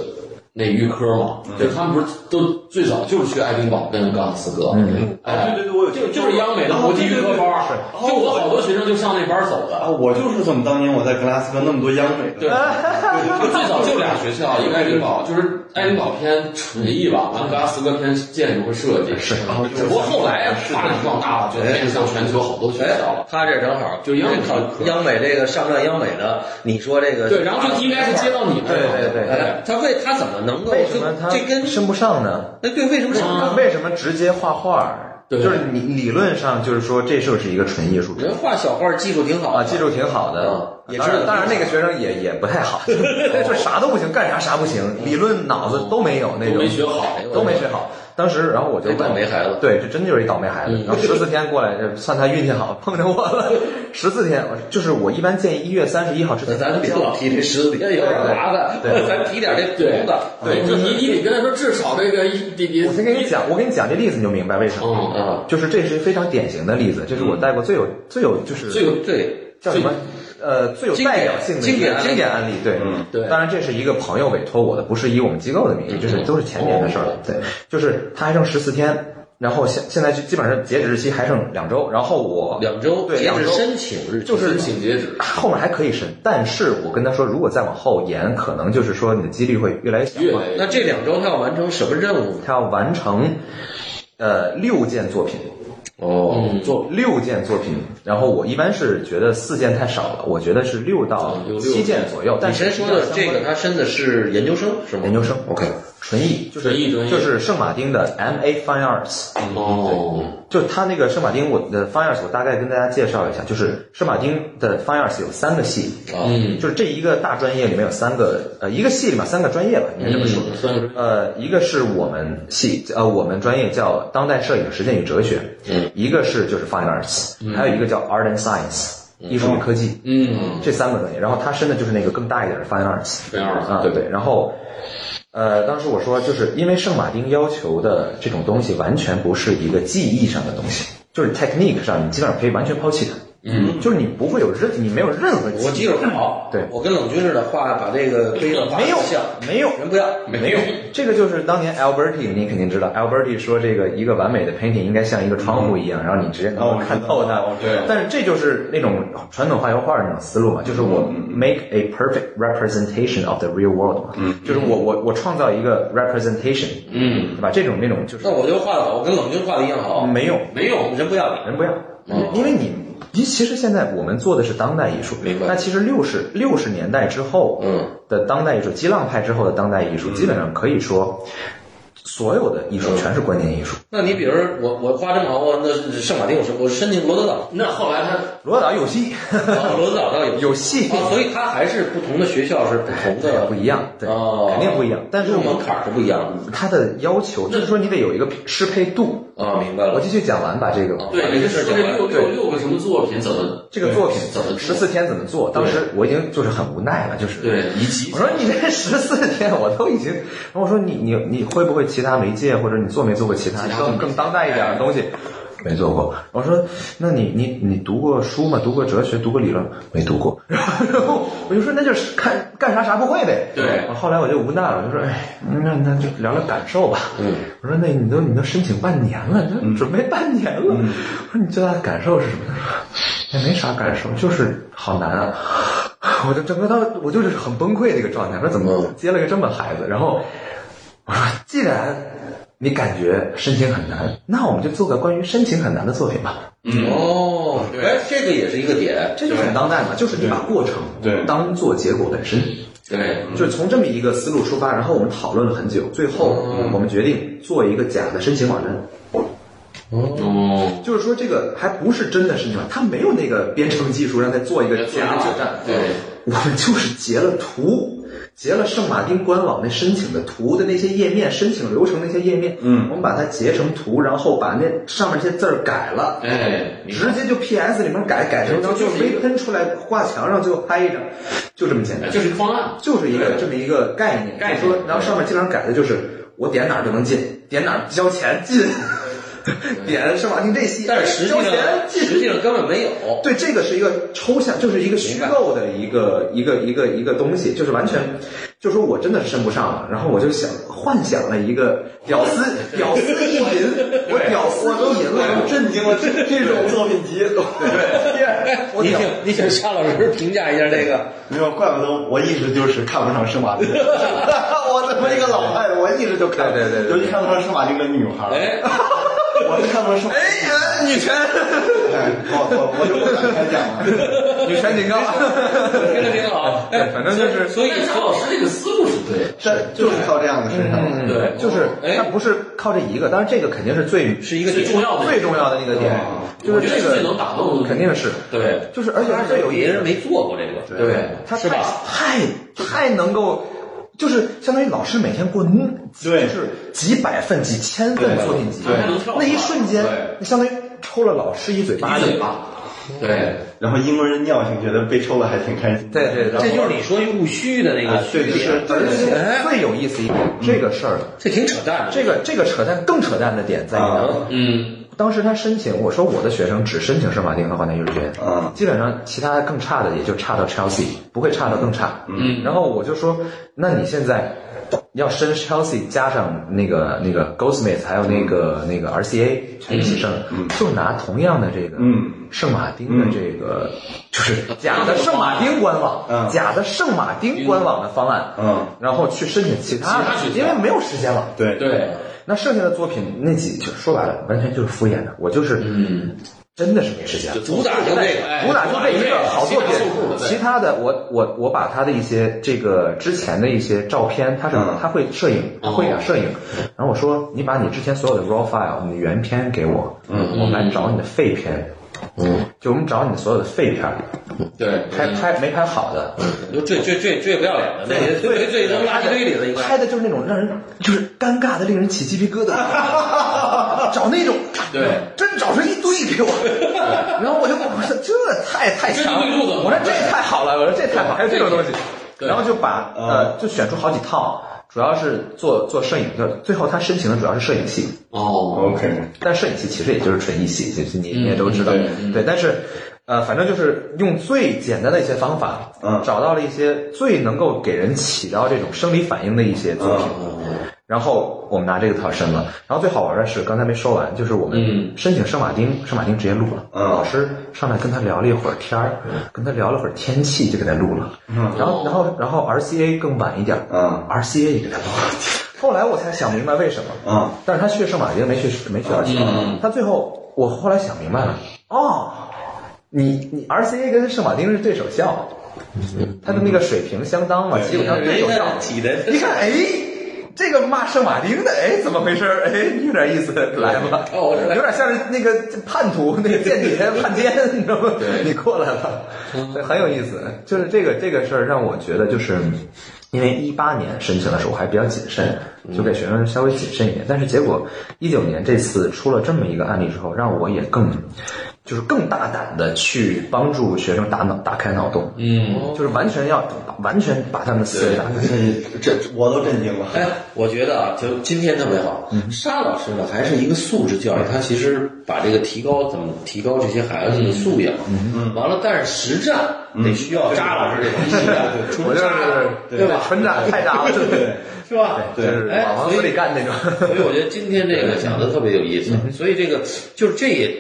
B: 那预科嘛，
E: 嗯
B: 对他们不是都最早就是去爱丁堡跟格朗斯哥，嗯，哎，
C: 对对对我有哦
B: 就就是央美的国际预科班儿，就我好多学生就上那班儿走的，
C: 啊，我就是这么当年我在格拉斯哥那么多央美的，
B: 对，他最早就俩学校，一个爱丁堡，就是爱丁堡偏纯艺吧，完格拉斯哥偏建筑和设计。是，只不过后来发展壮大了，就面向全球好多学校
A: 哎
B: 了。
A: 他这正好
B: 就央美上课
A: 央美这个上站央美的，你说这个
B: 对，然后就应该是接到你们。
D: 对对对
A: 哎，他为他怎么能够
D: 为什么
A: 就
D: 他嗯
A: 这跟
D: 升不上呢？
A: 哎对为什么上不
D: 那
A: 上？
D: 为什么直接画画儿？
B: 对
D: 就是理理论上就是说这就是一个纯艺术品
A: 人画小画技术挺好
D: 啊，
A: 的
D: 技术挺好的
A: 嗯。也
D: 当
A: 知道
D: 然，当然那个学生也也不太好， 就啥都不行，干啥啥不行，理论脑子都没有那种，
B: 都没学好
D: 都没学好。当时，然后我就
A: 这倒霉孩子嗯
D: 对，这真就是一倒霉孩子。然后十四天过来， 这算他运气好，碰着我了。十四天，我就是我一般建议一月三十一号之
A: 那
D: 前
A: 咱别老提这狮子，有点麻烦，
D: 对对
A: 咱提点这
B: 对
A: 普通的。
B: 对，就你你得跟他说，至少这个一你你
D: 我先给你讲，我给你讲这例子，你就明白为什么
B: 嗯
D: 了。
A: 嗯
D: 就是这是非常典型的例子，这是我带过最有最有就是
B: 最有
A: 对，
D: 叫什么？呃，最有代表性的
A: 经典
D: 一个
A: 经
D: 经
A: 典
D: 典案例，对，
C: 嗯
B: 对
D: 当然，这是一个朋友委托我的，不是以我们机构的名义，这是都是前年的事儿了。对，就是他还剩十四天，然后现现在就基本上截止日期还剩两周，然后我
A: 两周
D: 对
A: 截
D: 两
A: 止
D: 周
A: 申请日期
D: 就是
B: 申请截止，
D: 后面还可以审，但是我跟他说，如果再往后延，可能就是说你的几率会越来越小。
B: 越来越
A: 那这两周他要完成什么任务呢？
D: 他要完成呃六件作品，
A: 哦
B: 嗯
D: 做六件作品，然后我一般是觉得四件太少了，我觉得是六到
B: 嗯有六
D: 七件左右。但
A: 你
D: 是
A: 先说的这个，他申的是研究生是吗？
D: 研究生
A: OK
D: 纯艺就是
B: 纯艺纯艺
D: 就是圣马丁的 M A Fine Arts，
B: 哦，
D: 就他那个圣马丁我的 Fine Arts，我大概跟大家介绍一下，就是圣马丁的 Fine Arts 有三个系，
A: 啊，
B: 嗯，
D: 就是这一个大专业里面有三个呃一个系里面三个专业吧，应该这么说。
B: 嗯三个专业
D: 呃，一个是我们系呃我们专业叫当代摄影实践与哲学，
A: 嗯，
D: 一个是就是 Fine Arts，、还有一个叫 Art and Science。艺术与科技，
B: 嗯，
D: 这三个专业，然后他申的就是那个更大一点的 Fine Arts，
B: Fine Arts，
D: 啊，对对。然后，呃，当时我说，就是因为圣马丁要求的这种东西，完全不是一个技艺上的东西，就是 technique 上，你基本上可以完全抛弃它。嗯，就是你不会有任，你没有任何技艺
A: 我技术好，
D: 对
A: 我跟冷军似的画，把这个杯子画
D: 没有
A: 像，
D: 没有
A: 人不要，
D: 没有，这个就是当年 Alberti，你肯定知道，Alberti 说这个一个完美的 painting 应该像一个窗户一样，然后你直接能够看透它
C: 嗯哦我知道哦对。
D: 但是这就是那种传统画油画那种思路嘛，就是我
C: 嗯
D: make a perfect representation of the real world 嘛，
C: 嗯
D: 就是我我我创造一个 representation，嗯，对吧？这种那种就是
A: 那我就画的好，我跟冷军画的一样好，
D: 没有
B: 没有，
A: 人不要脸。
D: 人不要，
A: 嗯
D: 因为你。因其实现在我们做的是当代艺术，
A: 明白
D: 那其实六十六十年代之后，
A: 嗯，
D: 的当代艺术，激浪派之后的当代艺术，基本上可以说，所有的艺术全是观念艺术。
A: 那你比如说我我画这么好，我那圣马丁我是我申请罗德岛，
B: 那后来他
D: 罗导有戏，
A: 啊，罗德岛倒有
D: 有戏
A: 啊，所以它还是不同的学校是不同的
D: 不一样，对，
A: 哦
D: 肯定不一样。但是
A: 入门槛儿是不一样的
D: 它的要求就是说你得有一个适配度。
A: 啊，明白
D: 我
A: 了。
D: 继续讲完吧，这个。
B: 对，你说这六
D: 对
B: 六六个什么作品怎么
D: 这个作品
B: 怎么做
D: 十四天怎么做？当时我已经就是很无奈了，就是
B: 对以
A: 哦
B: 及
D: 我说你这十四天我都已经， 然后我说你你你会不会其他媒介或者你做没做过其他
B: 其他
D: 更
B: 媒介
D: 更当代一点的东西？没做过。我说那你你你读过书吗？读过哲学？读过理论吗？没读过。 然后我就说那就是看干啥啥不会呗。
B: 对
D: 后来我就无奈了，我就说哎，那那就聊聊感受吧。嗯。我说那你都你都申请半年了，你都准备半年了，我说你最大的感受是什么？他说也没啥感受，就是好难啊。我就整个当时我就是 很崩溃的一个状态，我说怎么接了个这么孩子？然后我说既然你感觉申请很难，那我们就做个关于申请很难的作品吧。
B: 嗯
F: 哦，哎，这个也是一个点，
D: 这就是很当代嘛，就是你把过程
C: 对
D: 当做结果本身，
F: 对，
D: 就是从这么一个思路出发，然后我们讨论了很久，最后我们决定做一个假的申请网站。
B: 哦，
D: 就是说，这个还不是真的申请网，它没有那个编程技术让它做一个假网站。
B: 对，
D: 我们就是截了图，截了圣马丁官网那申请的图的那些页面，申请流程那些页面，
C: 嗯
D: 我们把它截成图，然后把那上面这些字儿改了，
B: 哎，你
D: 直接就 PS 里面改改成，然后就
B: 就是一
D: 微
B: 个
D: 喷出来画墙上最后拍一张，就这么简单。
B: 哎就是一个方案，
D: 就是一个这么一个概念，
B: 概念
D: 就是说，然后上面经常改的就是我点哪儿就能进，点哪儿交钱进， 点圣马丁这期，
F: 但是实际
D: 交钱
F: 上
D: 进。
F: 实际上根本没有，
D: 对，这个是一个抽象，就是一个虚构的一个一个一个一个东西，就是完全，就说我真的是升不上了，然后我就想幻想了一个屌丝屌丝意淫，我屌丝意淫了，
C: 我震惊了，这这种作品集，对，
D: 哎我
A: 你
D: 屌
A: 请你请沙老师评价一下这个，
C: 没有，怪不得我一直就是看不上圣马丁， 我这么一个老派的，我一直就看，
D: 对对对对
C: 尤其看不上圣马丁跟女孩，
B: 哎，
C: 我是看不上圣马丁，
D: 哎，女权，
C: 哎我我我就不敢开讲了，
D: 女权 警告，
B: 听着挺
A: 啊
B: 好，哎，
D: 反正就是
B: 所以张老师这个思路是对的，
C: 这就是靠这样的身上。
D: 嗯
B: 对
D: 就是
B: 哎
D: 它不是靠这一个，当然这个肯定是最
A: 是一个
B: 最重要的哦
D: 最重要的那个点，就
B: 我
D: 是
B: 觉得
D: 这
B: 是最能
D: 个
B: 打动的，
D: 肯定是，
B: 对，
D: 就是而且它最有意
A: 别
D: 思
A: 人，没做过这个，
C: 对
D: 对，它
A: 是
D: 太
A: 吧
D: 太太能够。就是相当于老师每天过，嗯
C: 对
D: 就是几百份、几千份作品集，
B: 对还能跳出来
D: 那一瞬间
C: 对，
D: 相当于抽了老师一嘴巴
B: 一
D: 子
B: 嘴。巴，对，
C: 然后英国人尿性觉得被抽了还挺开心，
D: 对对，然后
A: 这就是你说务虚的那个
C: 哎对，
A: 虚
C: 就
A: 点，
C: 是
D: 而且
A: 哎
D: 最有意思一点，这个事儿，
A: 这挺扯淡的。
D: 这个这个扯淡更扯淡的点在于哪儿？
C: 啊
B: 嗯，
D: 当时他申请，我说我的学生只申请圣马丁和华南艺术学院，
C: 嗯
D: 基本上其他更差的也就差到 Chelsea，不会差到更差。
B: 嗯
D: 然后我就说，那你现在要申 Chelsea 加上那个那个 Goldsmith，还有那个、那个 RCA 全一起申，就拿同样的这个
C: 嗯
D: 圣马丁的这个、就是假的圣马丁官网，
C: 嗯
D: 假的圣马丁官网的方案，
C: 嗯，
D: 然后去申请其他的，
B: 其他学校
D: 因为没有时间了。
C: 对
B: 对，
D: 那剩下的作品那几就说白了，完全就是敷衍的。我就是，嗯，真的是没时间
B: 就。主打就这个，哎
D: 主打就这一个好作品
B: 其他受众，的
D: 其
B: 对
D: 他的我我我把他的一些这个之前的一些照片，他是
C: 嗯
D: 他会摄影，
B: 哦
D: 他会点摄影，然后我说你把你之前所有的 raw file，你的原片给我，嗯，我们来找你的废片，嗯，就我们找你的所有的废片，
B: 对，
D: 拍拍没拍好的，
A: 就最最最最不要脸的，那些最最扔垃圾堆里的一个。
D: 拍的就是那种让人就是尴尬的，令人起鸡皮疙瘩，找那种
B: 对，
D: 真找出一堆给我，然后我就我说这太太强了
B: 这是对路子，
D: 我说这太好了，我说这太好，还有这种东西，
B: 对
D: 然后就把呃就选出好几套，主要是做做摄影，就最后他申请的主要是摄影系，
B: 哦，
C: ，OK，
D: 但摄影系其实也就是纯艺系，就是你
C: 嗯
D: 你也都知道，对，但是。呃，反正就是用最简单的一些方法，
C: 嗯
D: 找到了一些最能够给人起到这种生理反应的一些作
C: 嗯
D: 品，然后我们拿这个套申了。然后最好玩的是，刚才没说完，就是我们申请圣马丁，圣马丁直接录了。
C: 嗯
D: 老师上来跟他聊了一会儿天儿，跟他聊了会儿天气，就给他录了。然后，然后，然后 RCA 更晚一点，
C: 嗯
D: ，RCA 也给他录了。后来我才想明白为什么，
C: 嗯，
D: 但是他去圣马丁没去没去 RCA，、他最后我后来想明白了，哦，你你 RCA 跟圣马丁是对手校，他的那个水平相当嘛，基本上对手校。
A: 体的
D: 一看，哎，这个骂圣马丁的，哎，怎么回事？哎，有点意思，来吧。
A: 哦我知道
D: 有点像是那个叛徒、那个间谍、叛奸，你知道吗？你过来了，
A: 嗯
D: 对很有意思。就是这个这个事儿让我觉得，就是因为一八年申请的时候我还比较谨慎，就给学生稍微谨慎一
A: 嗯
D: 点。但是结果一九年这次出了这么一个案例之后，让我也更。就是更大胆的去帮助学生打脑打开脑洞，
B: 嗯，
D: 就是完全要完全把他们的思维打开。
C: 这这我都震惊了。
A: 哎，我觉得啊，就今天特别好。
B: 嗯
A: 沙老师呢，还是一个素质教育，他其实把这个提高怎么提高这些孩子的素养，
B: 嗯
A: 完了，但是实战得需要扎老师这种力量，
D: 我
A: 纯
D: 就
A: 啊扎
D: 是
A: 对吧？
D: 纯渣太渣了，对，
A: 是吧？
D: 就是
A: 哎
D: 往往
A: 所
D: 死
A: 以
D: 里干那种。
A: 嗯所以我觉得今天这个讲的特别有意思，所以这个就是这也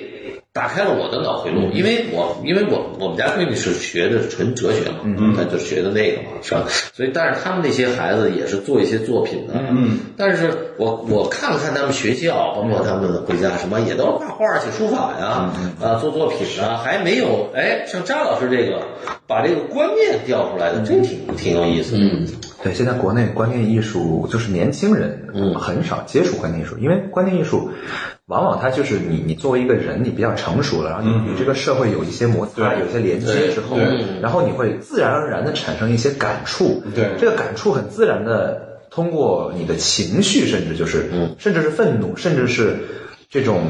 A: 打开了我的脑回路，因为我因为我我们家闺女是学的纯哲学嘛，嗯，她就学的那个嘛，是吧？所以，但是他们那些孩子也是做一些作品的，嗯，但是我我看了看他们学校，包括他们回家什么，也都是画画写书法呀，啊，做作品啊，还没有哎，像张老师这个把这个观念调出来的，这挺挺有意思的，嗯，
D: 对，现在国内观念艺术就是年轻人，嗯，很少接触观念艺术，因为观念艺术，往往它就是你你作为一个人，你比较成熟了，然后你与这个社会有一些摩擦，有一些连接之后，然后你会自然而然的产生一些感触，
C: 对
D: 这个感触很自然的通过你的情绪，甚至就是，甚至是愤怒，甚至是。这种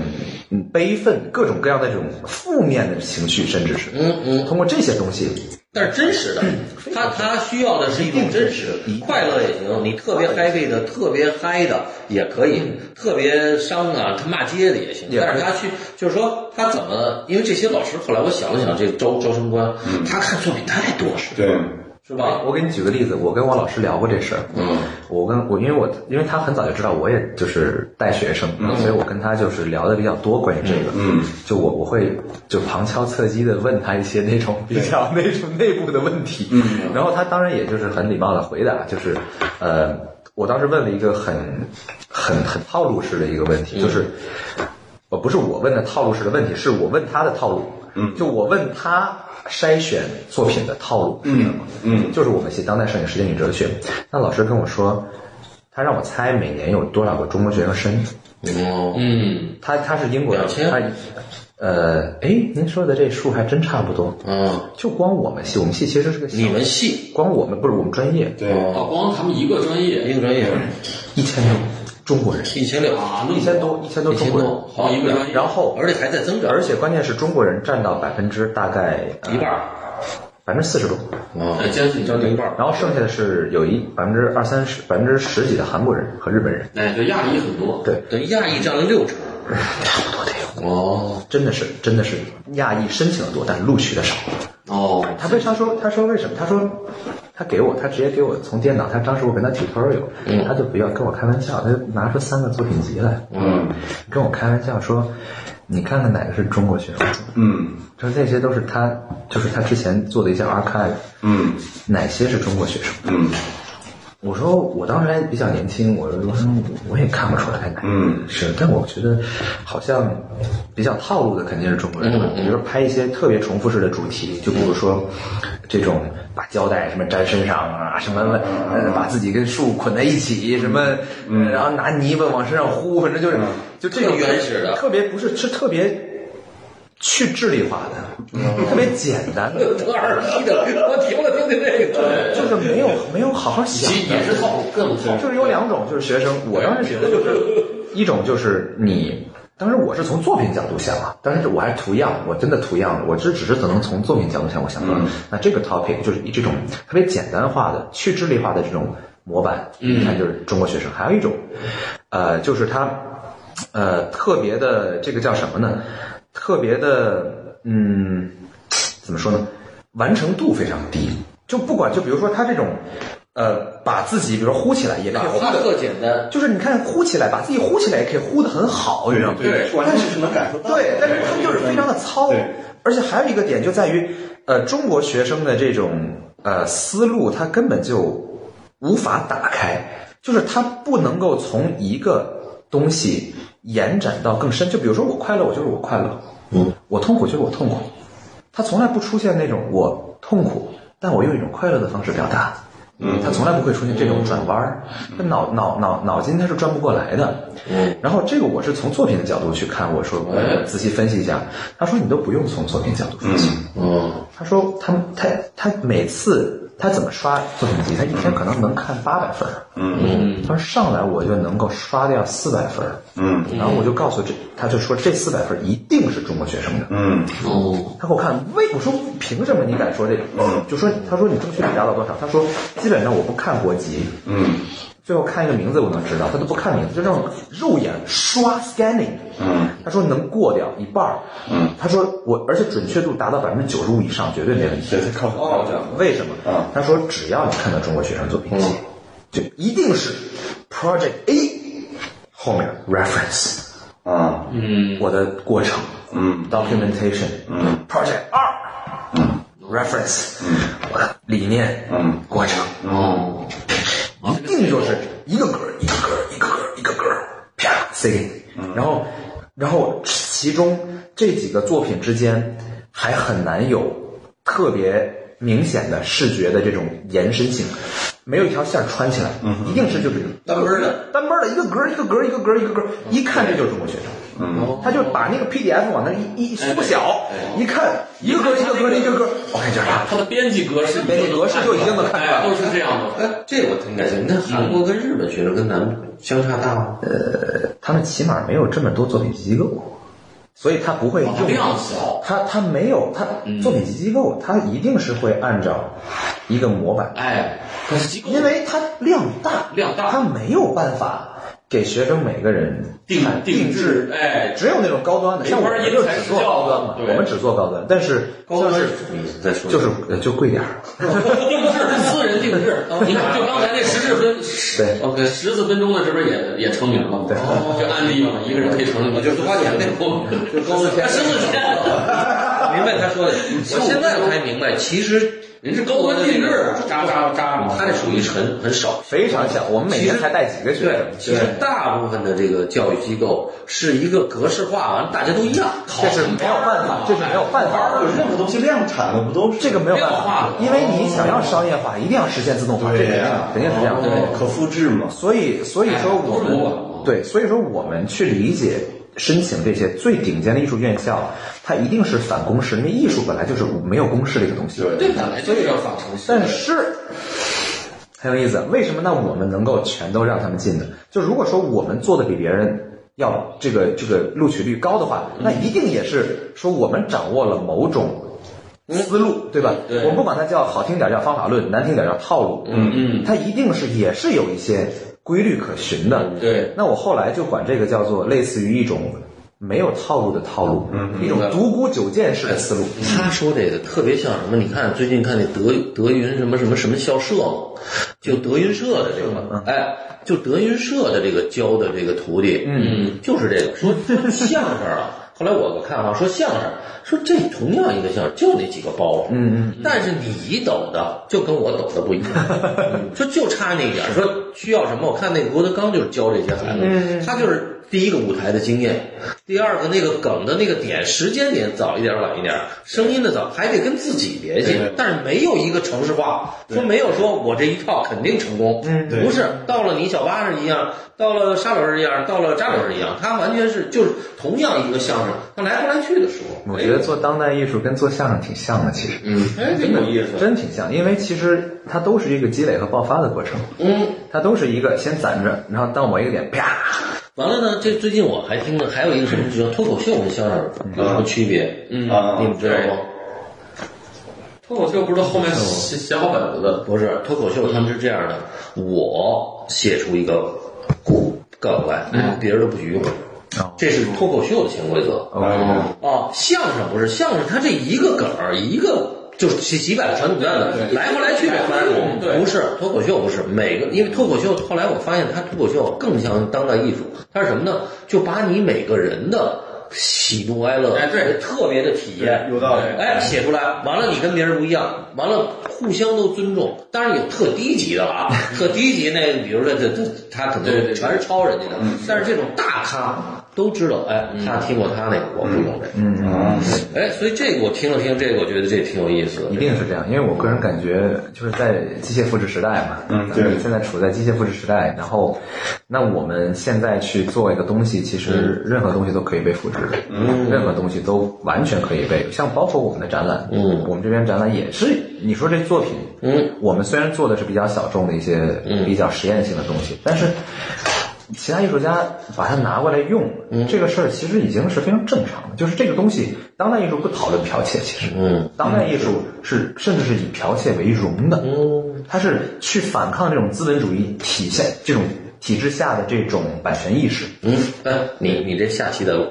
D: 嗯悲愤，各种各样的这种负面的情绪，甚至是嗯嗯，通过这些东西
F: 但是真实的，
B: 嗯
F: 他他需要的是一种真实，快乐也行，你特别 happy 的、特别嗨的也可以，特别伤啊、他骂街的也行。
D: 嗯也可以
F: 但是他去，就是说他怎么，因为这些老师后来我想了想，这个招招生官，
D: 嗯
F: 他看作品太多了，
C: 对，
F: 是吧？
D: 我给你举个例子，我跟王老师聊过这事儿。嗯，我跟我因为我因为他很早就知道我也就是带学生，所以我跟他就是聊的比较多关于这个。嗯，就我我会就旁敲侧击的问他一些那种比较那种内部的问题。嗯，然后他当然也就是很礼貌的回答，就是呃，我当时问了一个很很很套路式的一个问题，就是。呃，不是我问的套路式的问题，是我问他的套路。嗯，就我问他筛选作品的套路是什么？嗯，就是我们系当代摄影实践与哲学。那老师跟我说，他让我猜每年有多少个中国学生。
A: 哦，
B: 嗯
D: 他他是英国人
B: 两千，
D: 他呃，哎，您说的这数还真差不多。
A: 啊
B: 嗯，
D: 就光我们系，我们系其实是个小
B: 你们系
D: 光我们不是我们专业，
C: 对
B: 啊，光他们一个专业
A: 哦
B: 嗯
A: 一个专业
D: 一千多中国人，
A: 一千六，
B: 啊，那么
D: 一千多一千多中国人，
B: 好一个专业，
D: 然后
A: 而且还在增长，
D: 而且关键是中国人占到百分之大概呃
A: 一半儿，
D: 啊百分之四十多，
A: 啊
B: 哎将近将近一半儿，
D: 然后剩下的是有一百分之二三十、百分之十几的韩国人和日本人，
B: 哎，就亚裔很多，
D: 嗯对，
A: 等于亚裔占了六成，
D: 差不多得有。
A: 哦
D: 真的是，真的是亚裔申请的多，但录取的少。
B: 哦，
D: 他为他说，他说为什么？他说他给我，他直接给我从电脑，他当时我跟他 tutorial，、他就不要跟我开玩笑，他就拿出三个作品集来，嗯，跟我开玩笑说，你看看哪个是中国学生，
C: 嗯
D: 说这些都是他，就是他之前做的一些 archive，
C: 嗯
D: 哪些是中国学生？
C: 嗯
D: 我说我当时还比较年轻，我我我也看不出来哪个
C: 嗯
D: 是，但我觉得好像比较套路的肯定是中国人，比如说拍一些特别重复式的主题，就比如说这种把胶带什么粘身上啊，什么呃把自己跟树捆在一起，什么、呃然后拿泥巴往身上呼，反正就是、就这种
F: 特原始的
D: 特别不是是特别去智力化的，特别简单的，
A: 得二逼的，我听了听听这个，
D: 就是没有没有好好想
B: 其实
D: 的
B: 也是套路，更套路，
D: 就是有两种，就是学生，我当时觉得就是一种就是你。当时我是从作品角度想啊，当时我还图样，我真的图样了，我这只是可能从作品角度想，我想到、
B: 嗯
D: 那这个 topic 就是以这种特别简单化的、去智力化的这种模板，
B: 嗯
D: 你看就是中国学生。还有一种，呃，就是他，呃，特别的这个叫什么呢？特别的，嗯，怎么说呢？完成度非常低，就不管就比如说他这种，呃，把自己比如说呼起来也可以呼
A: 他
D: 的
A: 特简单。
D: 就是你看呼起来，把自己呼起来也可以呼得很好，你知道吗？
C: 对完全是能感受到的
D: 对，但是他就是非常的糙
C: 对，
D: 而且还有一个点就在于，呃，中国学生的这种呃思路，他根本就无法打开，就是他不能够从一个东西延展到更深。就比如说我快乐，我就是我快乐，嗯，我痛苦就是我痛苦，他从来不出现那种我痛苦，但我用一种快乐的方式表达。嗯，他从来不会出现这种转弯儿，
C: 嗯
D: 他脑脑脑脑筋他是转不过来的。嗯，然后这个我是从作品的角度去看，我说我仔细分析一下，他说你都不用从作品角度分析。
B: 嗯，
D: 他说他他他每次他怎么刷作品集，他一天可能能看八百分儿。
C: 嗯
D: 他说上来我就能够刷掉四百分儿，
C: 嗯
D: 然后我就告诉这，他就说这四百分儿一定是中国学生的。
C: 嗯
B: 哦，
D: 他给我看，为我说凭什么你敢说这个？
C: 嗯
D: 就说他说你中学你达到多少？他说基本上我不看国籍，
C: 嗯
D: 最后看一个名字我能知道，他都不看名字，就让我肉眼刷 scanning。
C: 嗯，
D: 他说能过掉一半儿。
C: 嗯，
D: 他说我而且准确度达到百分之九十五以上，绝对没问题
C: 对。，靠靠这
D: 为什么？
C: 嗯
D: 他说只要你看到中国学生作品集，就一定是 Project A 后面 reference
C: 啊，
B: 嗯，
D: 我的过程。
C: 嗯
D: documentation，
C: 嗯
D: ，project 二，嗯，reference，嗯，我的理念，
C: 嗯，
D: 过程，
B: 哦，
D: 一啊定就是一个格儿一个格儿一个格儿一个格儿啪塞给你，然后然后其中这几个作品之间还很难有特别明显的视觉的这种延伸性。没有一条线儿穿起来，一定是就是嗯单
A: 单奔儿的，
D: 单奔儿的一个格儿一个格儿一个格儿一个格儿，一看这就是中国学生。哦
C: 嗯，
D: 他就把那个 PDF 往那一一缩小，一看哎一个格儿一个格儿一个格儿，我看这是啥？
B: 它的编辑格式，
D: 编辑格式就已经能看出来了
B: 哎都是这样的。
A: 哎，这我挺感兴趣。那韩国跟日本学生跟咱们相差大吗？
D: 他们起码没有这么多作品集机构，所以他不会
B: 它
D: 用
B: 量小，
D: 他他没有他作品集机构，他一定是会按照一个模板，
B: 哎，可是机构
D: 因为它量大，
B: 量大
D: 他没有办法给学生每个人
B: 定
D: 看
B: 定制，哎，
D: 只有那种高端的，
B: 没
D: 像我
B: 法
D: 们
B: 因
D: 就
B: 材
D: 只
B: 施
D: 做
B: 教
D: 高端嘛，
B: 对
D: 我们只做高端，但是
A: 高端
D: 像
A: 是
D: 是
A: 你再说，
D: 就是呃就贵点儿，
B: 定制私人定制。你看，就刚才那十字分
D: 对
B: OK 十字分钟的，是不是也也成名了？
D: 对
B: 哦就安利嘛，一个人可以成名，
A: 就是花钱 呗
B: 就高端十字天了。
A: 明白他说的。我现在我才明白，其实
B: 人是高端定制啊嗯
A: 扎扎扎，他这属于很很少。
D: 非常小，我们每
A: 其
D: 年
A: 实
D: 才带几个学
A: 对
D: 生，，
A: 其实大部分的这个教育机构是一个格式化，完了大家都一样，考
D: 这是没有办法，这是没有办法
C: 可
D: 的。
C: 是任何东西量产的不都是
D: 这个没有办
B: 量化
D: 法，因为你想要商业化，一定要实现自动化，这个
C: 对呀，
D: 肯定肯定是这样。
C: 哦可复制嘛，
D: 所以所以
B: 哎
D: 说我
B: 都是模板嘛
D: 们对，所以说我们去理解申请这些最顶尖的艺术院校，它一定是反公式，因为艺术本来就是没有公式的一个东西。
C: 对
B: 对，本来就是要仿程序。
D: 但是很有意思，为什么那我们能够全都让他们进呢？就如果说我们做的比别人要这个这个录取率高的话，
B: 嗯
D: 那一定也是说我们掌握了某种思路，对吧？
B: 嗯对
D: 我们不管它叫好听点儿叫方法论，难听点儿叫套路，嗯
B: 嗯，
D: 它一定是也是有一些规律可循的。
B: 嗯对，
D: 那我后来就管这个叫做类似于一种。没有套路的套路，
B: 嗯
D: 一种独孤九剑式的思路。
A: 他说这个特别像什么？你看最近看那德德云什么什么什么校社嘛，就德云社的这个，哎，就德云社的这个教的这个徒弟，嗯，就是这个说说相声啊。后来我我看啊，说相声，说这同样一个相声，就那几个包袱，嗯嗯，但是你抖的就跟我抖的不一 样，说就差那一点儿，说需要什么？我看那个郭德纲就是教这些孩子，他就是第一个舞台的经验，第二个那个梗的那个点时间点早一点晚一点，声音的早还得跟自己联系，但是没有一个程式化，说没有说我这一套肯定成功，嗯，不是到了你小八是一样，到了沙老师一样，到了扎老师一样，他完全是就是同样一个相声，他来回来去的哎说，
D: 我觉得做当代艺术跟做相声挺像的，其实，嗯，
B: 哎，这有意思。
D: 真挺像，因为其实它都是一个积累和爆发的过程，
B: 嗯，
D: 它都是一个先攒着，然后到某一个点，啪，
A: 完了呢，这最近我还听了还有一个什么叫脱口秀跟相声有什么区别？嗯，
C: 啊
A: 你，们知道吗？
B: 脱口秀不是都后面写写好本子的？
A: 不是脱口秀，他们是这样的：我写出一个故梗来，
B: 嗯
A: 别人都不许用。
B: 哦
A: 这是脱口秀的潜规则
C: 哦
A: 啊！相声不是相声，它这一个梗儿一个就是几几百个传统段子，来回来去的翻
B: 对
A: 不是脱口秀，不是每个，因为脱口秀后来我发现它脱口秀更像当代艺术，它是什么呢？就把你每个人的喜怒哀乐，
B: 哎对
A: 特别的体验，
C: 有道理。
A: 哎，写出来，完了你跟别人不一样，完了互相都尊重。当然有特低级的了啊，特低级那，比如说这这他可
B: 对对对
A: 能全是抄人家的，但是这种大咖都知道，哎，他听过他那个，我不用这个，
C: 嗯，
A: 哎，所以这个我听了听这个，我觉得这挺有意思的
D: 一。定是这样。因为我个人感觉就是在机械复制时代嘛，
C: 嗯
D: 咱们
C: 对
D: 现在处在机械复制时代，然后那我们现在去做一个东西，其实任何东西都可以被复制的，嗯，任何东西都完全可以被，像包括我们的展览，嗯，我们这边展览也是，你说这作品，嗯，我们虽然做的是比较小众的一些比较实验性的东西，但是。其他艺术家把它拿过来用，这个事儿其实已经是非常正常的。就是这个东西，当代艺术不讨论剽窃，其实，嗯，当代艺术是甚至是以剽窃为荣的，嗯，它是去反抗这种资本主义体现这种体制下的这种版权意识。
A: 嗯，哎，你你这下期再录，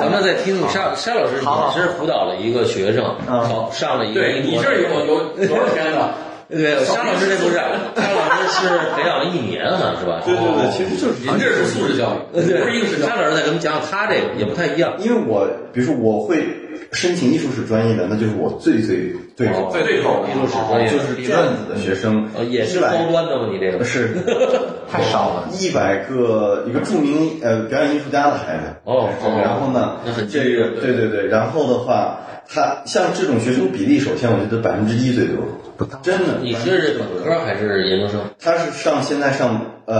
A: 咱们再听听沙沙老师，
D: 好好
A: 你是辅导了一个学生，考上了一个
B: 对
A: 英
B: 你
A: 国
B: 这
A: 的
B: 有有多少天的？啊
A: 对，沙老师这不是，沙老师是培养了一年好像是吧？
C: 对对对，其实就是
B: 您这是素质教育，不
A: 对，
B: 是应试教育。
A: 沙老师再给我们讲讲他这个也不太一样。
C: 因为我比如说我会申请艺术史专业的，那就是我最最对口
B: 哦最对口的
C: 艺术史专业就是卷子的学生
A: 呃，，也是
C: 一百
A: 高端的吗？你这个
C: 是
D: 太少了。
C: 一百个一个著名呃表演艺术家的孩子
A: 哦
C: 对然后呢
B: 那很，
C: 这
B: 精
C: 个
B: 准
C: 对对对，然后的话，他像这种学生比例，首先我觉得百分之一最多，不到，真的，
A: 你是本科还是研究生？
C: 他是上现在上呃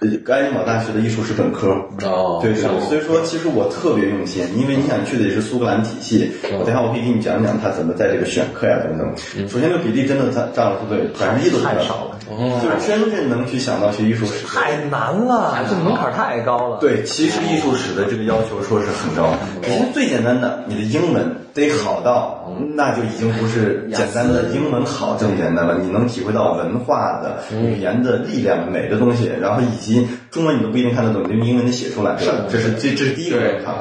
C: 呃爱丁堡大学的艺术史本科，
A: 哦
C: 对上，所以说其实我特别用心，因为你想去的也是苏格兰体系，
A: 哦
C: 我等一下我可以给你讲讲他怎么在这个选课呀等
A: 嗯
C: 等。首先这个比例真的占占了对百分之一都
D: 太
C: 占
D: 少了，
A: 哦
C: 就是真正能去想到学艺术史的。
D: 太难了，这门槛太高了。，
C: 对，其实艺术史的这个要求说是很高，其实最简单的，你的英文得好到，那就已经不是简单的英文好这么简单了。你能体会到文化的、语言的力量、美的东西，然后以及中文你都不一定看得懂，你用英文得写出来，对吧？这是这这是第一个门槛。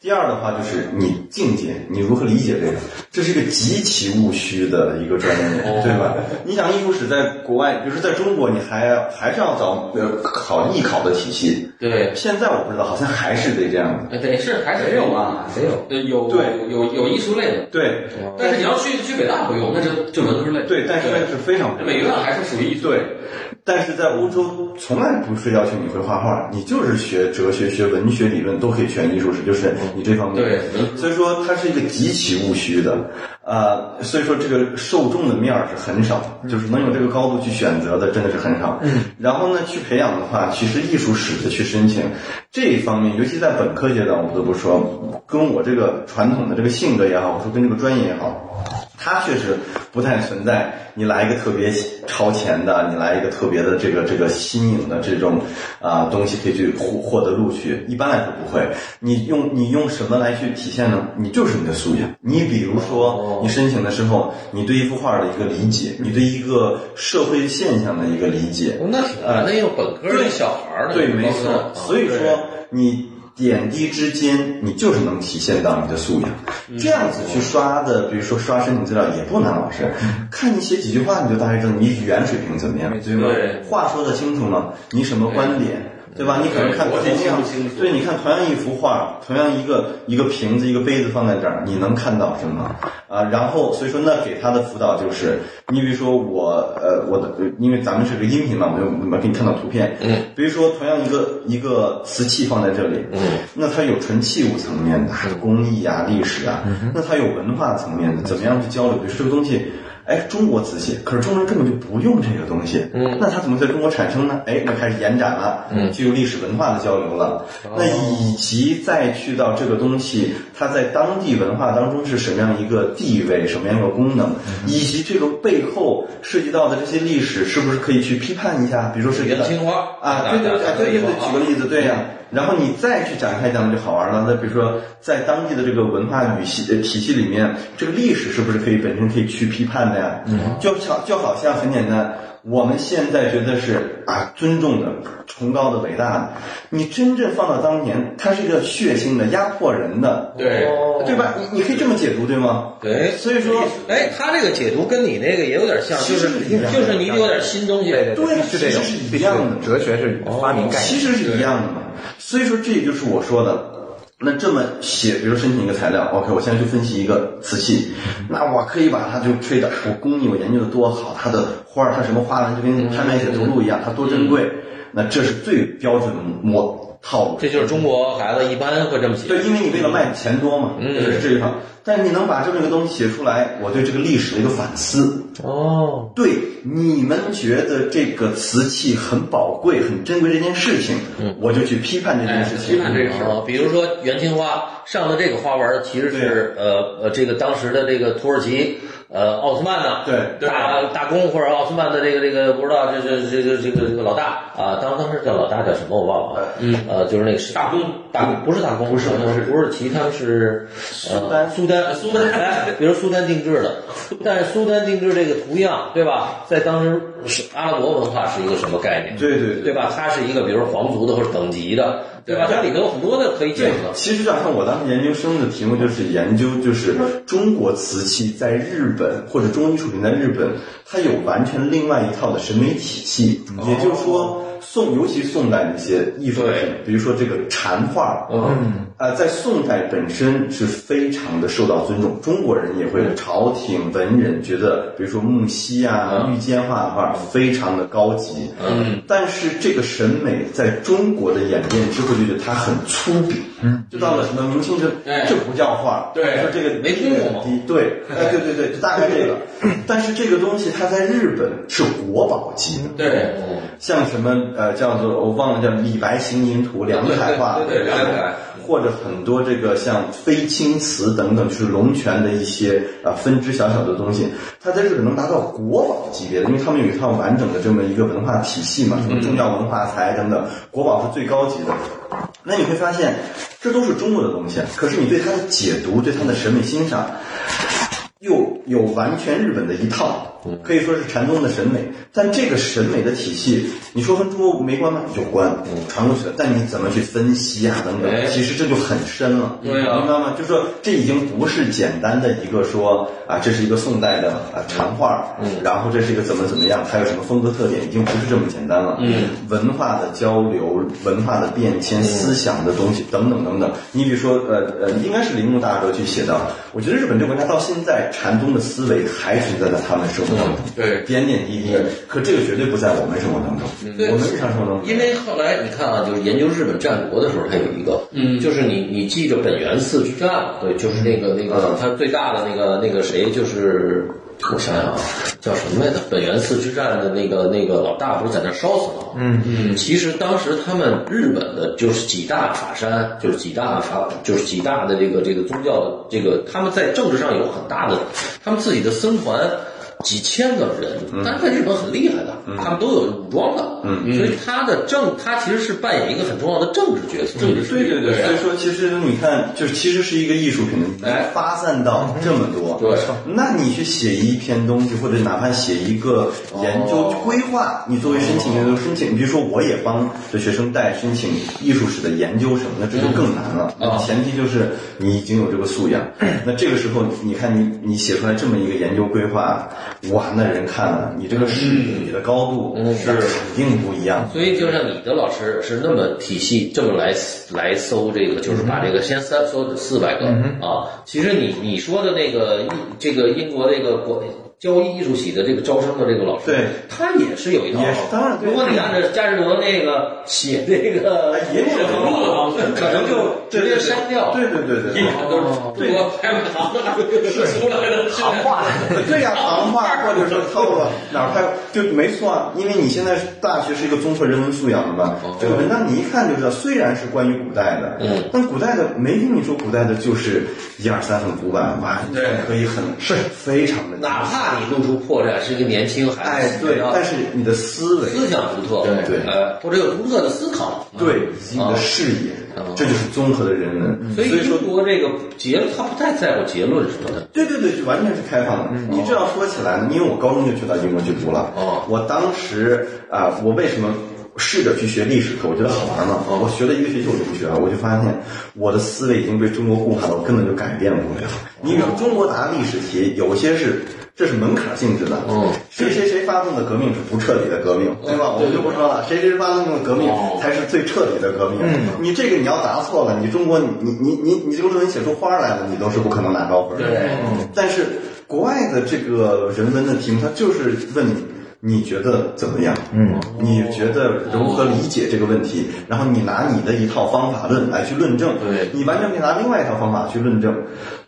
C: 第二的话就是你境界，你如何理解这个？这是一个极其务虚的一个专业，对吧？你想艺术史在国外，比如说在中国，你还还是要找呃考艺考的体系，
B: 对，
C: 现在我不知道，好像还是得这样的。
B: 呃对，是还是有啊，
D: 谁有？
B: 呃有
C: 对
B: 有有艺术类的，
C: 对
B: 但是你要去去北大不用，那就就文科类。
C: 对，但是那是非常
B: 美院还是属于艺术
C: 对，但是在欧洲从来不是要求你会画画，你就是学哲学、学文学理论都可以选艺术史，就是你这方面。
B: 对
C: 所以说它是一个极其务虚的，呃，所以说这个受众的面儿是很少，就是能有这个高度去选择的真的是很少。嗯，然后呢，去培养的话，其实艺术史的去申请这一方面，尤其在本科阶段，我不得不说，跟我这个传统的这个性格也好，我说跟这个专业也好，它确实不太存在。你来一个特别超前的，你来一个特别的这个这个新颖的这种啊、东西可以去获获得录取，一般来说不会。你用你用什么来去体现呢？你就是你的素养。你比如
A: 哦
C: 说，你申请的时候，你对一幅画的一个理解，你对一个社会现象的一个理解，
A: 哦
C: 呃
A: 那挺难的，因为本科的小孩儿呢
C: 对，
A: 高
C: 没
A: 中
C: 错
A: 啊。
C: 所以说，你点滴之间，你就是能体现到你的素养。这样子去刷的，比如说刷申请资料也不难，老师看你写几句话，你就大概知道你语言水平怎么样，对吗？话说得清楚吗？你什么观点？对吧？你可能看同样，对，你看同样一幅画，同样一个一个瓶子、一个杯子放在这儿，你能看到什么啊？然后所以说，那给他的辅导就是，你比如说我，呃，我的，因为咱们是个音频嘛，我就没给你看到图片。嗯。比如说，同样一个一个瓷器放在这里，嗯，那它有纯器物层面的工艺啊、历史啊，那它有文化层面的，怎么样去交流？比如说这个东西。哎，中国瓷器，可是中国人根本就不用这个东西，嗯，那它怎么在中国产生呢？哎，那开始延展了，嗯，哦具有历史文化的交流了，那以及再去到这个东西，它在当地文化当中是什么样一个地位，什么样一个功能，以及这个背后涉及到的这些历史，是不是可以去批判一下？比如说涉及
A: 元
C: 到
A: 青花
C: 啊，对对对，啊对对对，举个例子，对呀、然后你再去展开讲就好玩了。那比如说，在当地的这个文化语系呃体系里面，这个历史是不是可以本身可以去批判的呀？嗯，就好就好像很简单，我们现在觉得是啊尊重的、崇高的、伟大的，你真正放到当年，它是一个血腥的、压迫人的，
B: 对
C: 对吧？你你可以这么解读，对吗？
A: 对，
C: 所以说，啊
A: 哎，他这个解读跟你那个也有点像，就是就是你有点新东西，
D: 对对
C: 对
D: 必须得有
C: 其实是，
D: 必
C: 一
D: 须
C: 样
D: 得
C: 的
D: 有。哲学是发明概
C: 其
D: 念，
C: 实是一样的嘛。所以说，这也就是我说的。那这么写，比如申请一个材料，OK，我现在去分析一个瓷器，那我可以把它就吹的，我工艺我研究的多好，它的花儿它什么花纹就跟拍卖写图录一样，它多珍贵。那这是最标准的模套路。
A: 这就是中国孩子一般会这么写。
C: 对，因为你为了卖钱多嘛，
D: 嗯
C: 这是这一套。但是你能把这么一个东西写出来，我对这个历史的一个反思，
A: 哦，
C: 对你们觉得这个瓷器很宝贵、很珍贵这件事情，我就去批判这件事情。
B: 嗯哎批判这个事儿。
A: 哦，比如说元青花上的这个花纹，其实是呃呃，这个当时的这个土耳其呃奥斯曼的
C: 对
B: 对
A: 大大公或者奥斯曼的这个这个不知道这这这这这个这个老大啊，当当时叫老大叫什么我忘了，嗯，呃，就是那个是
B: 大公
A: 大公不是大公，不是土耳其，他们是苏丹苏丹苏丹，哎，比如苏丹定制 的，但是苏丹定制这个图样，对吧？在当时是阿拉伯文化是一个什么概念？
C: 对对对
A: 对吧？它是一个比如皇族的或者等级的，对吧？它里面有很多的可以讲
C: 对
A: 的，。
C: 其实就好像我当时研究生的题目就是研究，就是中国瓷器在日本或者中医术品在日本，它有完全另外一套的审美体系。也就是说，宋尤其宋代的一些艺术品
A: 对，
C: 比如说这个禅画，嗯，呃，在宋代本身是非常的受到尊重，中国人也会朝廷文人觉得，比如说木樨啊、玉间画画非常的高级，嗯，但是这个审美在中国的演变之后，就觉得它很粗鄙，嗯，就到了什么明清这
B: 哎
C: 这不叫画，
B: 对
C: 说这个
A: 没听过嘛
C: 低，对，哎，对对对，就大概这个，但是这个东西它在日本是国宝级的，
B: 对，
C: 像什么呃叫做我忘了叫李白行吟图、梁彩画，
A: 对对对对
C: 还有
A: 梁彩
C: 或者很多这个像飞青瓷等等，就是龙泉的一些啊分支小小的东西，它在日本能达到国宝级别的，因为他们有一套完整的这么一个文化体系
A: 嗯
C: 嘛，什么重要文化财等等，国宝是最高级的。那你会发现，这都是中国的东西，可是你对它的解读、对它的审美欣赏，又有完全日本的一套，
B: 嗯
C: 可以说是禅宗的审美。但这个审美的体系，你说跟中国没关吗？有关，传过去了。但你怎么去分析啊？等等
B: 嗯哎，
C: 其实这就很深了。
B: 对啊
C: 明白吗？就说这已经不是简单的一个说啊，这是一个宋代的啊禅画，嗯，然后这是一个怎么怎么样，它有什么风格特点，已经不是这么简单了。嗯，文化的交流、文化的变迁、思想的东西等等等等。你比如说，呃呃，应该是铃木大哥去写到，我觉得日本这个国家到现在禅宗的思维还存在在他们生活当中，
B: 对
C: 点点滴滴，可这个绝对不在我们生活当中，我们日常生活当中。
A: 因为后来你看啊，就是研究日本战国的时候，它有一个，
B: 嗯
A: 就是你你记着本源寺之战，对，就是那个那个它最大的那个那个谁，就是我想想啊，叫什么来着？本源寺之战的那个那个老大不是在那儿烧死了吗？嗯嗯，其实当时他们日本的就是几大法山，就是几大法，就是几大的这个这个宗教的这个，他们在政治上有很大的，他们自己的僧团。几千个人，但是在日本很厉害的，他们都有武装的，嗯，所以他的政，他其实是扮演一个很重要的政治角色，政治
C: 对对对，所以说其实你看，就是其实是一个艺术品，
B: 哎
C: 发散到这么多，
B: 对，
C: 那你去写一篇东西，或者哪怕写一个研究规划，你作为申请人申请，比如说我也帮这学生带申请艺术史的研究什么的，这就更难了。那前提就是你已经有这个素养，那这个时候你看你你写出来这么一个研究规划，哇，那人看了你这个视野、你的高度是肯定不一样。
A: 所以就像你的老师是那么体系这么来来搜这个，就是把这个先三搜四百个
C: 嗯
A: 啊。其实你你说的那个英这个英国这个国教艺术系的这个招生的这个老师，
C: 对
A: 他也是有一套
C: 也是。当然对
A: 如果你按照佳士得那个写这个
C: 也有
A: 是
C: 很多的
B: 方式
A: 可能就直接删掉。
C: 对对对对对。
B: 都是中国拍卖行 出来的行
D: 话
C: 对呀、行话或者说透了哪儿拍就没错啊，因为你现在大学是一个综合人文素养的嘛，这个文章你一看就知道，虽然是关于古代的，嗯，但古代的没听你说古代的就是一二三很古板，哇，对，可以很是非常的
A: 哪怕你露出破绽，是一个年轻孩
C: 哎
A: 子，
C: 对，
A: 然后
C: 但是你的思维
A: 思想独特，
C: 对对
A: 呃，或者有独特的思考，
C: 对以及你的视野，这就是综合的人
B: 嗯
C: 文，
A: 所以
C: 所以说
A: 英国这个结，他不太在乎结论什么的。
C: 对对对，就完全是开放的。你这样说起来呢，因为我高中就去到英国去读了。
A: 哦
C: 我当时啊、我为什么试着去学历史课？我觉得好玩嘛。我学了一个学期我就不学了，我就发现我的思维已经被中国固化了，我根本就改变不了。你比如中国答历史题，有些是。这是门槛性质的，
A: 嗯，
C: 谁谁谁发动的革命是不彻底的革命，对吧？我们就不说了，谁谁谁发动的革命才是最彻底的革命。你这个你要答错了，你中国你你你你你这个论文写出花来了，你都是不可能拿高分的。
B: 对
A: 嗯
C: 但是国外的这个人文的题目，它就是问你。你觉得怎么样？嗯，你觉得如何理解这个问题？然后你拿你的一套方法论来去论证，
B: 对
C: 你完全可以拿另外一套方法去论证。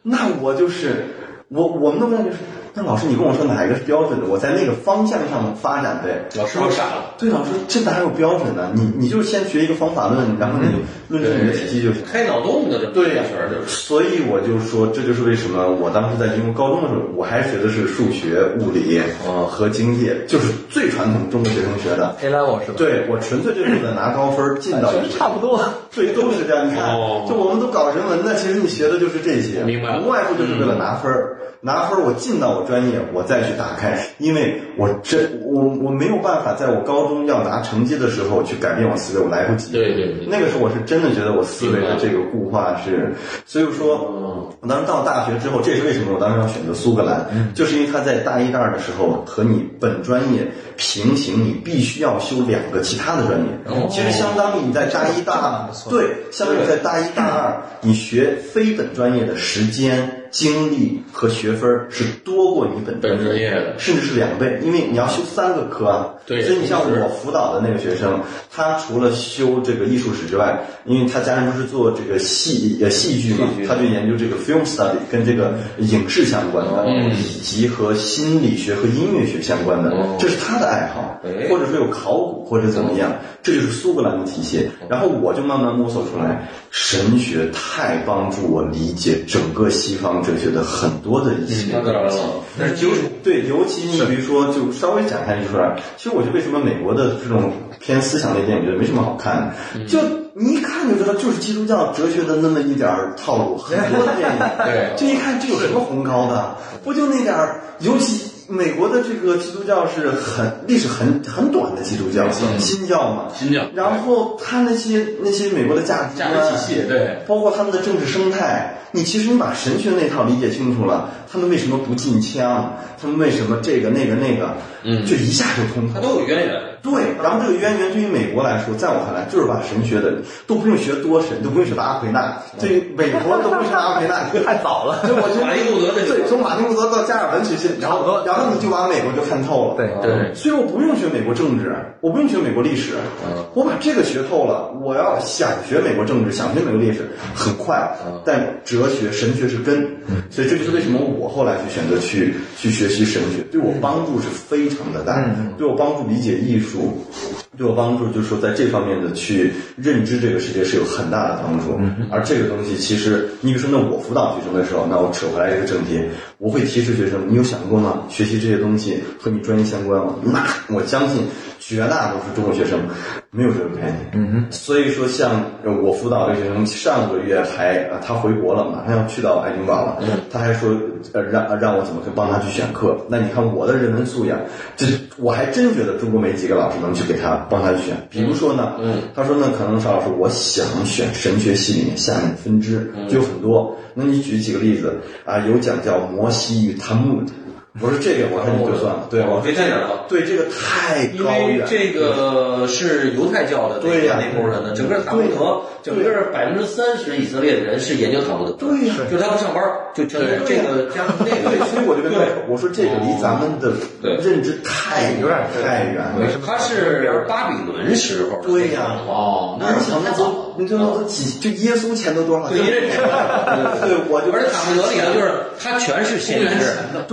C: 那我就是我，我们的问题是，那老师你跟我说哪一个是标准的？我在那个方向上发展呗。
A: 老师都傻了。
C: 对，老师这哪有标准呢？你你就先学一个方法论，然后你就
A: 嗯
C: 论证你的体系就行。
A: 开脑洞的这
C: 对
A: 呀，事儿就是。
C: 所以我就说，这就是为什么我当时在英国高中的时候，我还学的是数学、物理
B: 哦
C: 呃和经济，就是最传统中国学生学的。
D: 谁来我是吧？
C: 对我纯粹就是为了拿高分进
B: 哎
C: 到一个
D: 差不多。
C: 对，都是这样。你看
B: 哦，
C: 就我们都搞人文的，其实你学的就是这些，
B: 明白了嗯
C: 无外乎就是为了拿分儿。拿分儿，我进到我专业，我再去打开，因为我这我我没有办法在我高中要拿成绩的时候去改变我思维，我来不及。
B: 对对对
C: 那个时候我是真的觉得我思维的这个固化是，所以
B: 嗯
C: 说，我当时到大学之后，这也是为什么我当时要选择苏格兰，
B: 嗯
C: 就是因为他在大一、大二的时候和你本专业平行，你必须要修两个其他的专业，
B: 哦
C: 其实相当于你在大一、大二，对，相当于在大一、大二你学非本专业的时间。精力和学分儿是多过你本
B: 本专业的
C: 甚至是两倍，因为你要修三个科啊。
B: 对
C: 所以你像
B: 同时
C: 我辅导的那个学生，他除了修这个艺术史之外，因为他家人不是做这个戏呃戏剧嘛，他就研究这个 film study 跟这个影视相关的，
B: 嗯
C: 以及和心理学和音乐学相关的，
B: 哦
C: 这是他的爱好，
B: 哎
C: 或者说有考古或者怎么样，这就是苏格兰的体系。
B: 哦
C: 然后我就慢慢摸索出来，神学太帮助我理解整个西方哲学的很多的一
B: 嗯
C: 些
B: 那当然
C: 东
B: 了
C: 西。但是就是对，尤其你比如说，就稍微展开一出来，其实我觉得为什么美国的这种偏思想类电影，觉得没什么好看的，就你一看就知道，就是基督教哲学的那么一点儿套路，很多的电影，
B: 对
C: 就一看这有什么红高的，不就那点儿，尤其。美国的这个基督教是很历史很很短的基督教，新教嘛，
B: 新教
C: 然后他那些那些美国的价值
B: 价
C: 观
B: 值体系对
C: 包括他们的政治生态，你其实你把神学那套理解清楚了，他们为什么不禁枪，他们为什么这个那个那个，嗯，就一下就通透。
F: 它都有渊源。
C: 对，然后这个渊源对于美国来说，在我看来就是把神学的都不用学多神，都不用学阿奎那，
B: 嗯
C: 对于美国都不用学阿 奎那，太早了。就我觉得
F: 马丁路德那就
C: 对，从马丁路德到加尔文学习，然后然后你就把美国就看透了。啊
E: 对
B: 对
C: 所以我不用学美国政治，我不用学美国历史，我把这个学透了。我要想学美国政治，想学美国历史，很快。但哲学、神学是根，所以这就是为什么我后来去选择去去学习神学，对我帮助是非常的大，对我帮助理解艺术，对我帮助就是说在这方面的去认知这个世界是有很大的帮助。而这个东西其实，你比如说，那我辅导学生的时候，那我扯回来这个正题，我会提示学生，你有想过吗？学习这些东西和你专业相关吗？那我相信绝大多数中国学生没有这个概念。嗯哼。所以说，像呃我辅导这个学生，上个月还啊他回国了，马上要去到爱丁堡了，他还说呃让让我怎么去帮他去选课。那你看我的人文素养，这我还真觉得中国没几个老师能去给他帮他去选。比如说呢，嗯，他说呢，可能邵老师，我想选神学系里面下面的分支就有很多。那你举几个例子啊？有讲叫摩西与塔木德，我说这个我看你就算了，对哦我
F: 可以在哪儿吗？
C: 对这个太
F: 因
C: 高远
F: 为
C: 了。
F: 这个是犹太教的
C: 对呀
F: 那部分的，整个塔木德，整个百分之三十以色列人是研究塔木德，对呀，就他不上班儿，就全是这个加那
C: 对，所以
F: 个，
C: 我就跟他说，我说这个离咱们的认知太哦有点太远了。
F: 他是巴比伦时候，
C: 对呀，
B: 哦，
C: 那
B: 那
C: 你想那都，你就都几，就耶稣前都多少？
F: 对，因为
C: 对，我就
F: 而且塔木德里头就是它全是先知，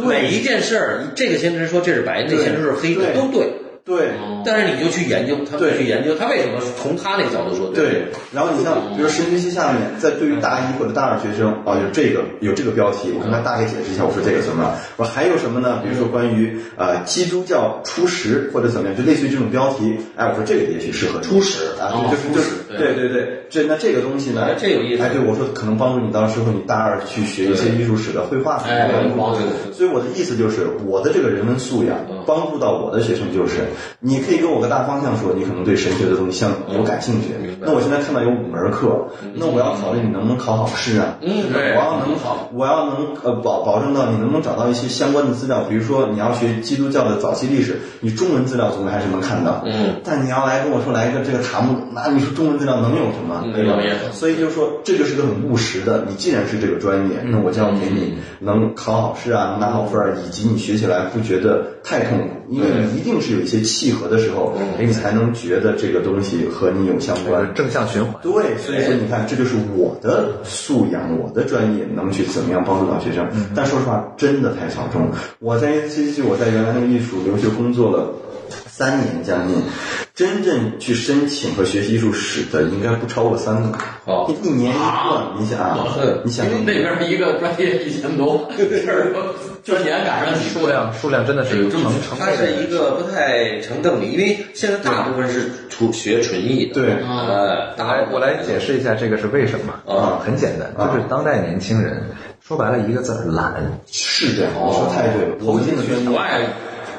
F: 每一件事儿，这个先知说这是白，那先知是黑的，
C: 对
F: 都对。
C: 对。
A: 嗯
F: 但是你就去研究，他们
C: 对
F: 去研究，他为什么从他那个角度说
C: 对，然后你像比如神学系下面，在对于大一或者大二学生啊，有这个有这个标题，我跟他大概解释一下，我说这个什么，我说还有什么呢？比如说关于呃基督教初识或者怎么样，就类似于这种标题，哎，我说这个也许适合初识啊，
B: 哦
C: 就是
B: 初
C: 就
B: 识
C: 是对对对，这那这个东西呢
F: 哎，这有意思
C: 哎，对我说可能帮助你到时候你大二去学一些艺术史的绘画什么
B: 哎
C: 的，
B: 帮助
C: 所以我的意思就是，我的这个人文素养帮助到我的学生就是，你可以给我个大方向说，你可能对神学的东西像有感兴趣。那我现在看到有五门课，那我要考虑你能不能考好试啊？嗯，
B: 对
C: 我要能考，我要能呃保保证到你能不能找到一些相关的资料，比如说你要学基督教的早期历史，你中文资料总归还是能看到。嗯，但你要来跟我说来一个这个塔木，那你说中文资料能有什么？对吧
B: 没嗯有？
C: 所以就是说，这就是个很务实的。你既然是这个专业，那我就要给
B: 嗯
C: 你能考好试啊，能拿好分儿，以及你学起来不觉得太痛苦，因为你一定是有一些契合的时候，
B: 嗯
C: 哎你才能觉得这个东西和你有相关。
E: 正向循环。
C: 对，所以说你看，这就是我的素养，我的专业能去怎么样帮助到学生。但说实话，真的太小众。我在 A C C，我在原来那个艺术留学工作了。三年将近，真正去申请和学习艺术史的应该不超过三个。
B: 哦
C: 一一年一个，你想啊，你想
B: 因为那边儿一个专业一千多，这儿就年赶上几
D: 数量数量真的是有成成
A: 它
D: 倍的
A: 是一个不太成正比，因为现在大部分是纯学纯艺的。
C: 对
B: 哦
A: 呃，
D: 我来我来解释一下这个是为什么
A: 啊
D: 很简单，就是当代年轻人说白了一个字儿懒。
C: 是这样，你说太对了，投进的圈
B: 不爱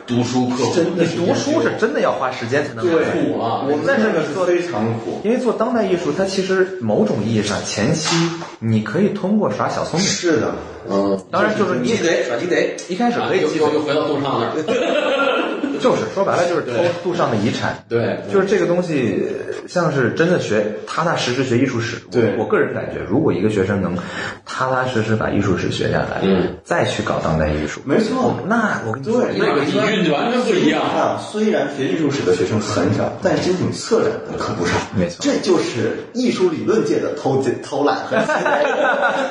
B: 读书刻苦，
C: 真的是
D: 读书是真的要花时间才能
C: 对
D: 看，
B: 苦啊！
C: 我们在这个是非常苦。
D: 因为做当代艺术，它其实某种意义上前期你可以通过耍小聪明，
C: 是的，
A: 嗯，
D: 啊当然就是你
A: 鸡贼，耍鸡贼，
D: 一开始
B: 啊
D: 可以
B: 又
D: 积
B: 又
D: 累，
B: 又回到杜尚那儿，
D: 就是说白了就是偷杜尚的遗产。
B: 对，
D: 就是这个东西，像是真的学踏踏实实学艺术史。
C: 对
D: 我我个人感觉，如果一个学生能踏踏实实把艺术史学下来，嗯，再去搞当代艺术，
C: 没错。
D: 那我跟你说，
C: 对
B: 那个底蕴就完全不一样。
C: 啊，虽然学艺术史的学生很少，但申请策展的可不少。
D: 没错
C: 这就是艺术理论界的偷偷懒和懈怠。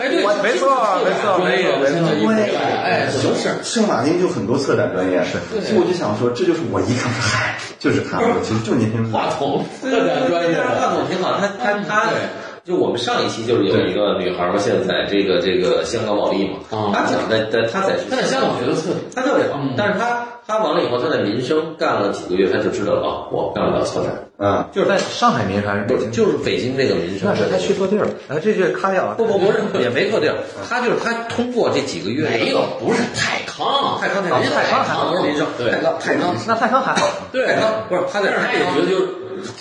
B: 哎，对，
D: 我没错没错
B: 专业
D: 没错
B: 现在一回
C: 对，
B: 来，哎，
C: 圣
B: 都是。
C: 圣马丁就很多策展专业是，所以我就想说，这就是我一看，嗨，就是他们，其实就年轻人
B: 话 筒特 展啊专
A: 但
B: 业
A: 是
B: 的，
A: 话筒挺好，他他他
B: 对。
A: 就我们上一期就是有一个女孩儿嘛，现在在这个这个香港保利嘛，
B: 啊
A: 她讲的，的她在
B: 他在香港学的次，
A: 他特别好
B: 嗯，
A: 但是他他完了以后，他在民生干了几个月，他就知道了啊，我干不了策展，
C: 嗯，
D: 就是在上海民还是北
A: 不
D: 京
A: 是，就是北京这个民生，
D: 那是他去错地儿了。然后这句咔掉啊，
A: 不不不是 也没错地儿，他就是他通过这几个月
B: 没有，不是泰康，啊
A: 泰康泰
B: 人
A: 康
B: 家
A: 泰康
B: 泰
A: 不是民生，
B: 对，
A: 泰康泰康
D: 那蔡康还好，
B: 对
A: 泰康不是他在
B: 但是他
A: 泰
B: 也
A: 康
B: 觉得就是，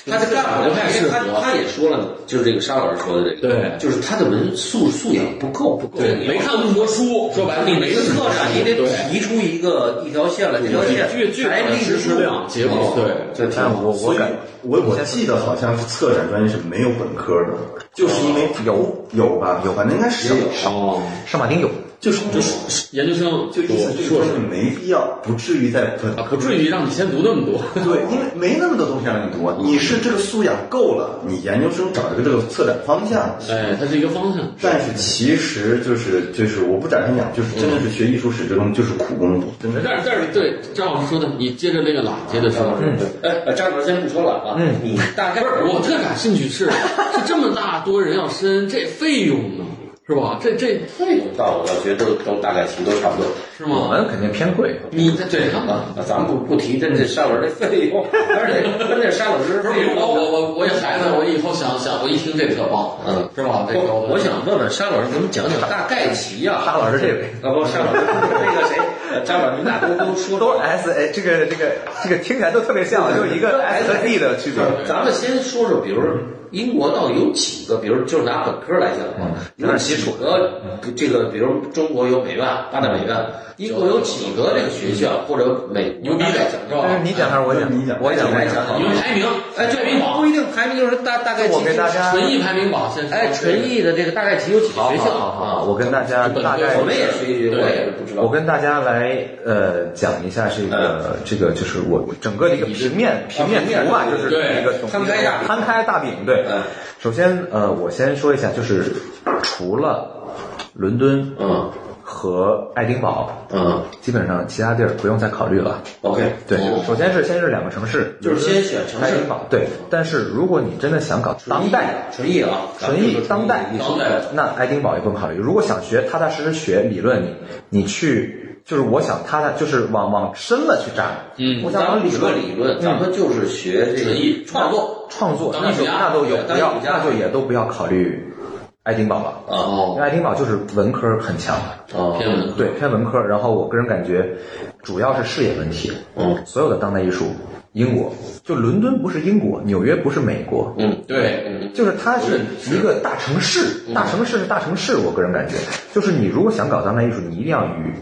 A: 他在干不
B: 不
A: 了
B: 太，
A: 因
B: 适
A: 为他
B: 合，
A: 他也说了，就是这个沙老师说的这个，
B: 对
A: 就是他的文素素养不够，不够，
B: 对，没看那么多书，说白了
A: 你没
B: 个
A: 策展，你得
B: 对
A: 提出一个一条线来，这条线
B: 具具体
A: 来
B: 的
A: 立
B: 知识量，结果对。
A: 这挺
D: 但
A: 好。
D: 我我
C: 所以
D: 感
C: 我我记得好像是策展专业是没有本科的，就是因为有有吧，有，反正应该是有，
B: 哦，
D: 圣马丁有，
C: 就是就是
B: 研究生
C: 就意
B: 多
C: 思就是
B: 硕
C: 说
B: 士
C: 你没必要，不至于在本
B: 啊，不至于让你先读那么多。
C: 对，因为没那么多东西让你读，啊你是这个素养够了，你研究生找一个这个策展方向。
B: 哎，它是一个方向。
C: 但是其实就是就是我不展开讲，就是真的是学艺术史这东西就是苦功夫，真的。
B: 但是但是对张老师说的，你接着那个懒接着说。嗯，
A: 哎，呃张老师先不说了啊，
D: 嗯
A: 你大概
B: 不是我特感兴趣 是，是这么大多人要申，这费用呢，是吧？这这
A: 费用到我觉得都都大概齐都差不多。
B: 是
D: 我
B: 吗？
D: 们肯定偏贵。
B: 你对看吧。
A: 啊，咱们不不提这这上文的费用，而且关键沙老师
B: 不是我我我我也孩子，我以后想想，我一听这特棒，
A: 嗯，
B: 是吧？这高
A: 我
B: 端
A: 我想问问沙老师，给我们讲讲大概齐呀、
D: 沙老师这位
A: 啊不，沙老师那个谁，呃张老师，你们俩都都说
D: 都是 S 哎，这个这个这个听起来都特别像，就是一个 S 和 D 的区别。
A: 咱们先说说，比如英国到底有几个，比如就是拿本科来讲的
B: 嗯
A: 话，
D: 有点
A: 几
D: 基础
A: 个这个，比如中国有美院、八大美院，英国有几个这个学校或者美
B: 牛逼
A: 大概
B: 的
A: 讲，
B: 嗯是
D: 但是
B: 吧？
D: 你讲还是我讲？
C: 你讲
D: 我讲，
A: 你来
D: 我
A: 讲
D: 讲。
A: 讲
B: 你们排名，
A: 哎，
B: 排名
A: 这
B: 榜
A: 不，一定排名，就是大大概
D: 我给
A: 集
D: 大家
B: 纯艺排名榜，现在
A: 哎，纯艺的这个大概集有几个
D: 好
A: 学
D: 好
A: 校
D: 好
A: 啊？
D: 好，我跟大家
B: 本科
D: 大概
A: 我们也是一，我也是不知道。嗯
D: 我跟大家来呃讲一下这个这个就是我我整个的一个平
A: 啊
D: 面平面图吧，就是
B: 对
D: 一个总
A: 摊开大饼
D: 摊开大饼。对
A: 嗯，
D: 首先呃，我先说一下，就是除了伦敦
A: 嗯
D: 和爱丁堡，
A: 嗯
D: 基本上其他地儿不用再考虑了。
A: ，OK，
D: 对
B: 哦，
D: 首先是先是两个城市，
A: 就是先选城市
D: 爱丁堡。对，但是如果你真的想搞当代
A: 纯艺啊，
D: 纯艺当代艺术
B: 当代，
D: 那爱丁堡也不用考虑。如果想学踏踏实实学理论，你你去就是我想踏踏就是往往深了去扎，
B: 嗯
D: 我想
A: 咱
D: 往
A: 们
D: 理
A: 不说
D: 论
A: 理论，咱们就是学这个
B: 纯艺
A: 创作
D: 创作，
B: 当
D: 那
B: 艺术
D: 就
B: 家
D: 那都有
A: 对当
D: 不
A: 艺术
D: 要，
A: 家
D: 那就也都不要考虑爱丁堡了，
A: 啊
D: 因为爱丁堡就是文科很强的，
A: 啊
B: 天文
D: 哦对偏文科。然后我个人感觉主要是视野问题，
A: 嗯
D: 所有的当代艺术。英国就伦敦不是英国，纽约不是美国，
A: 嗯
B: 对，
A: 嗯
D: 就是它是一个大城市，大城市是大城市。我个人感觉，就是你如果想搞当代艺术，你一定要与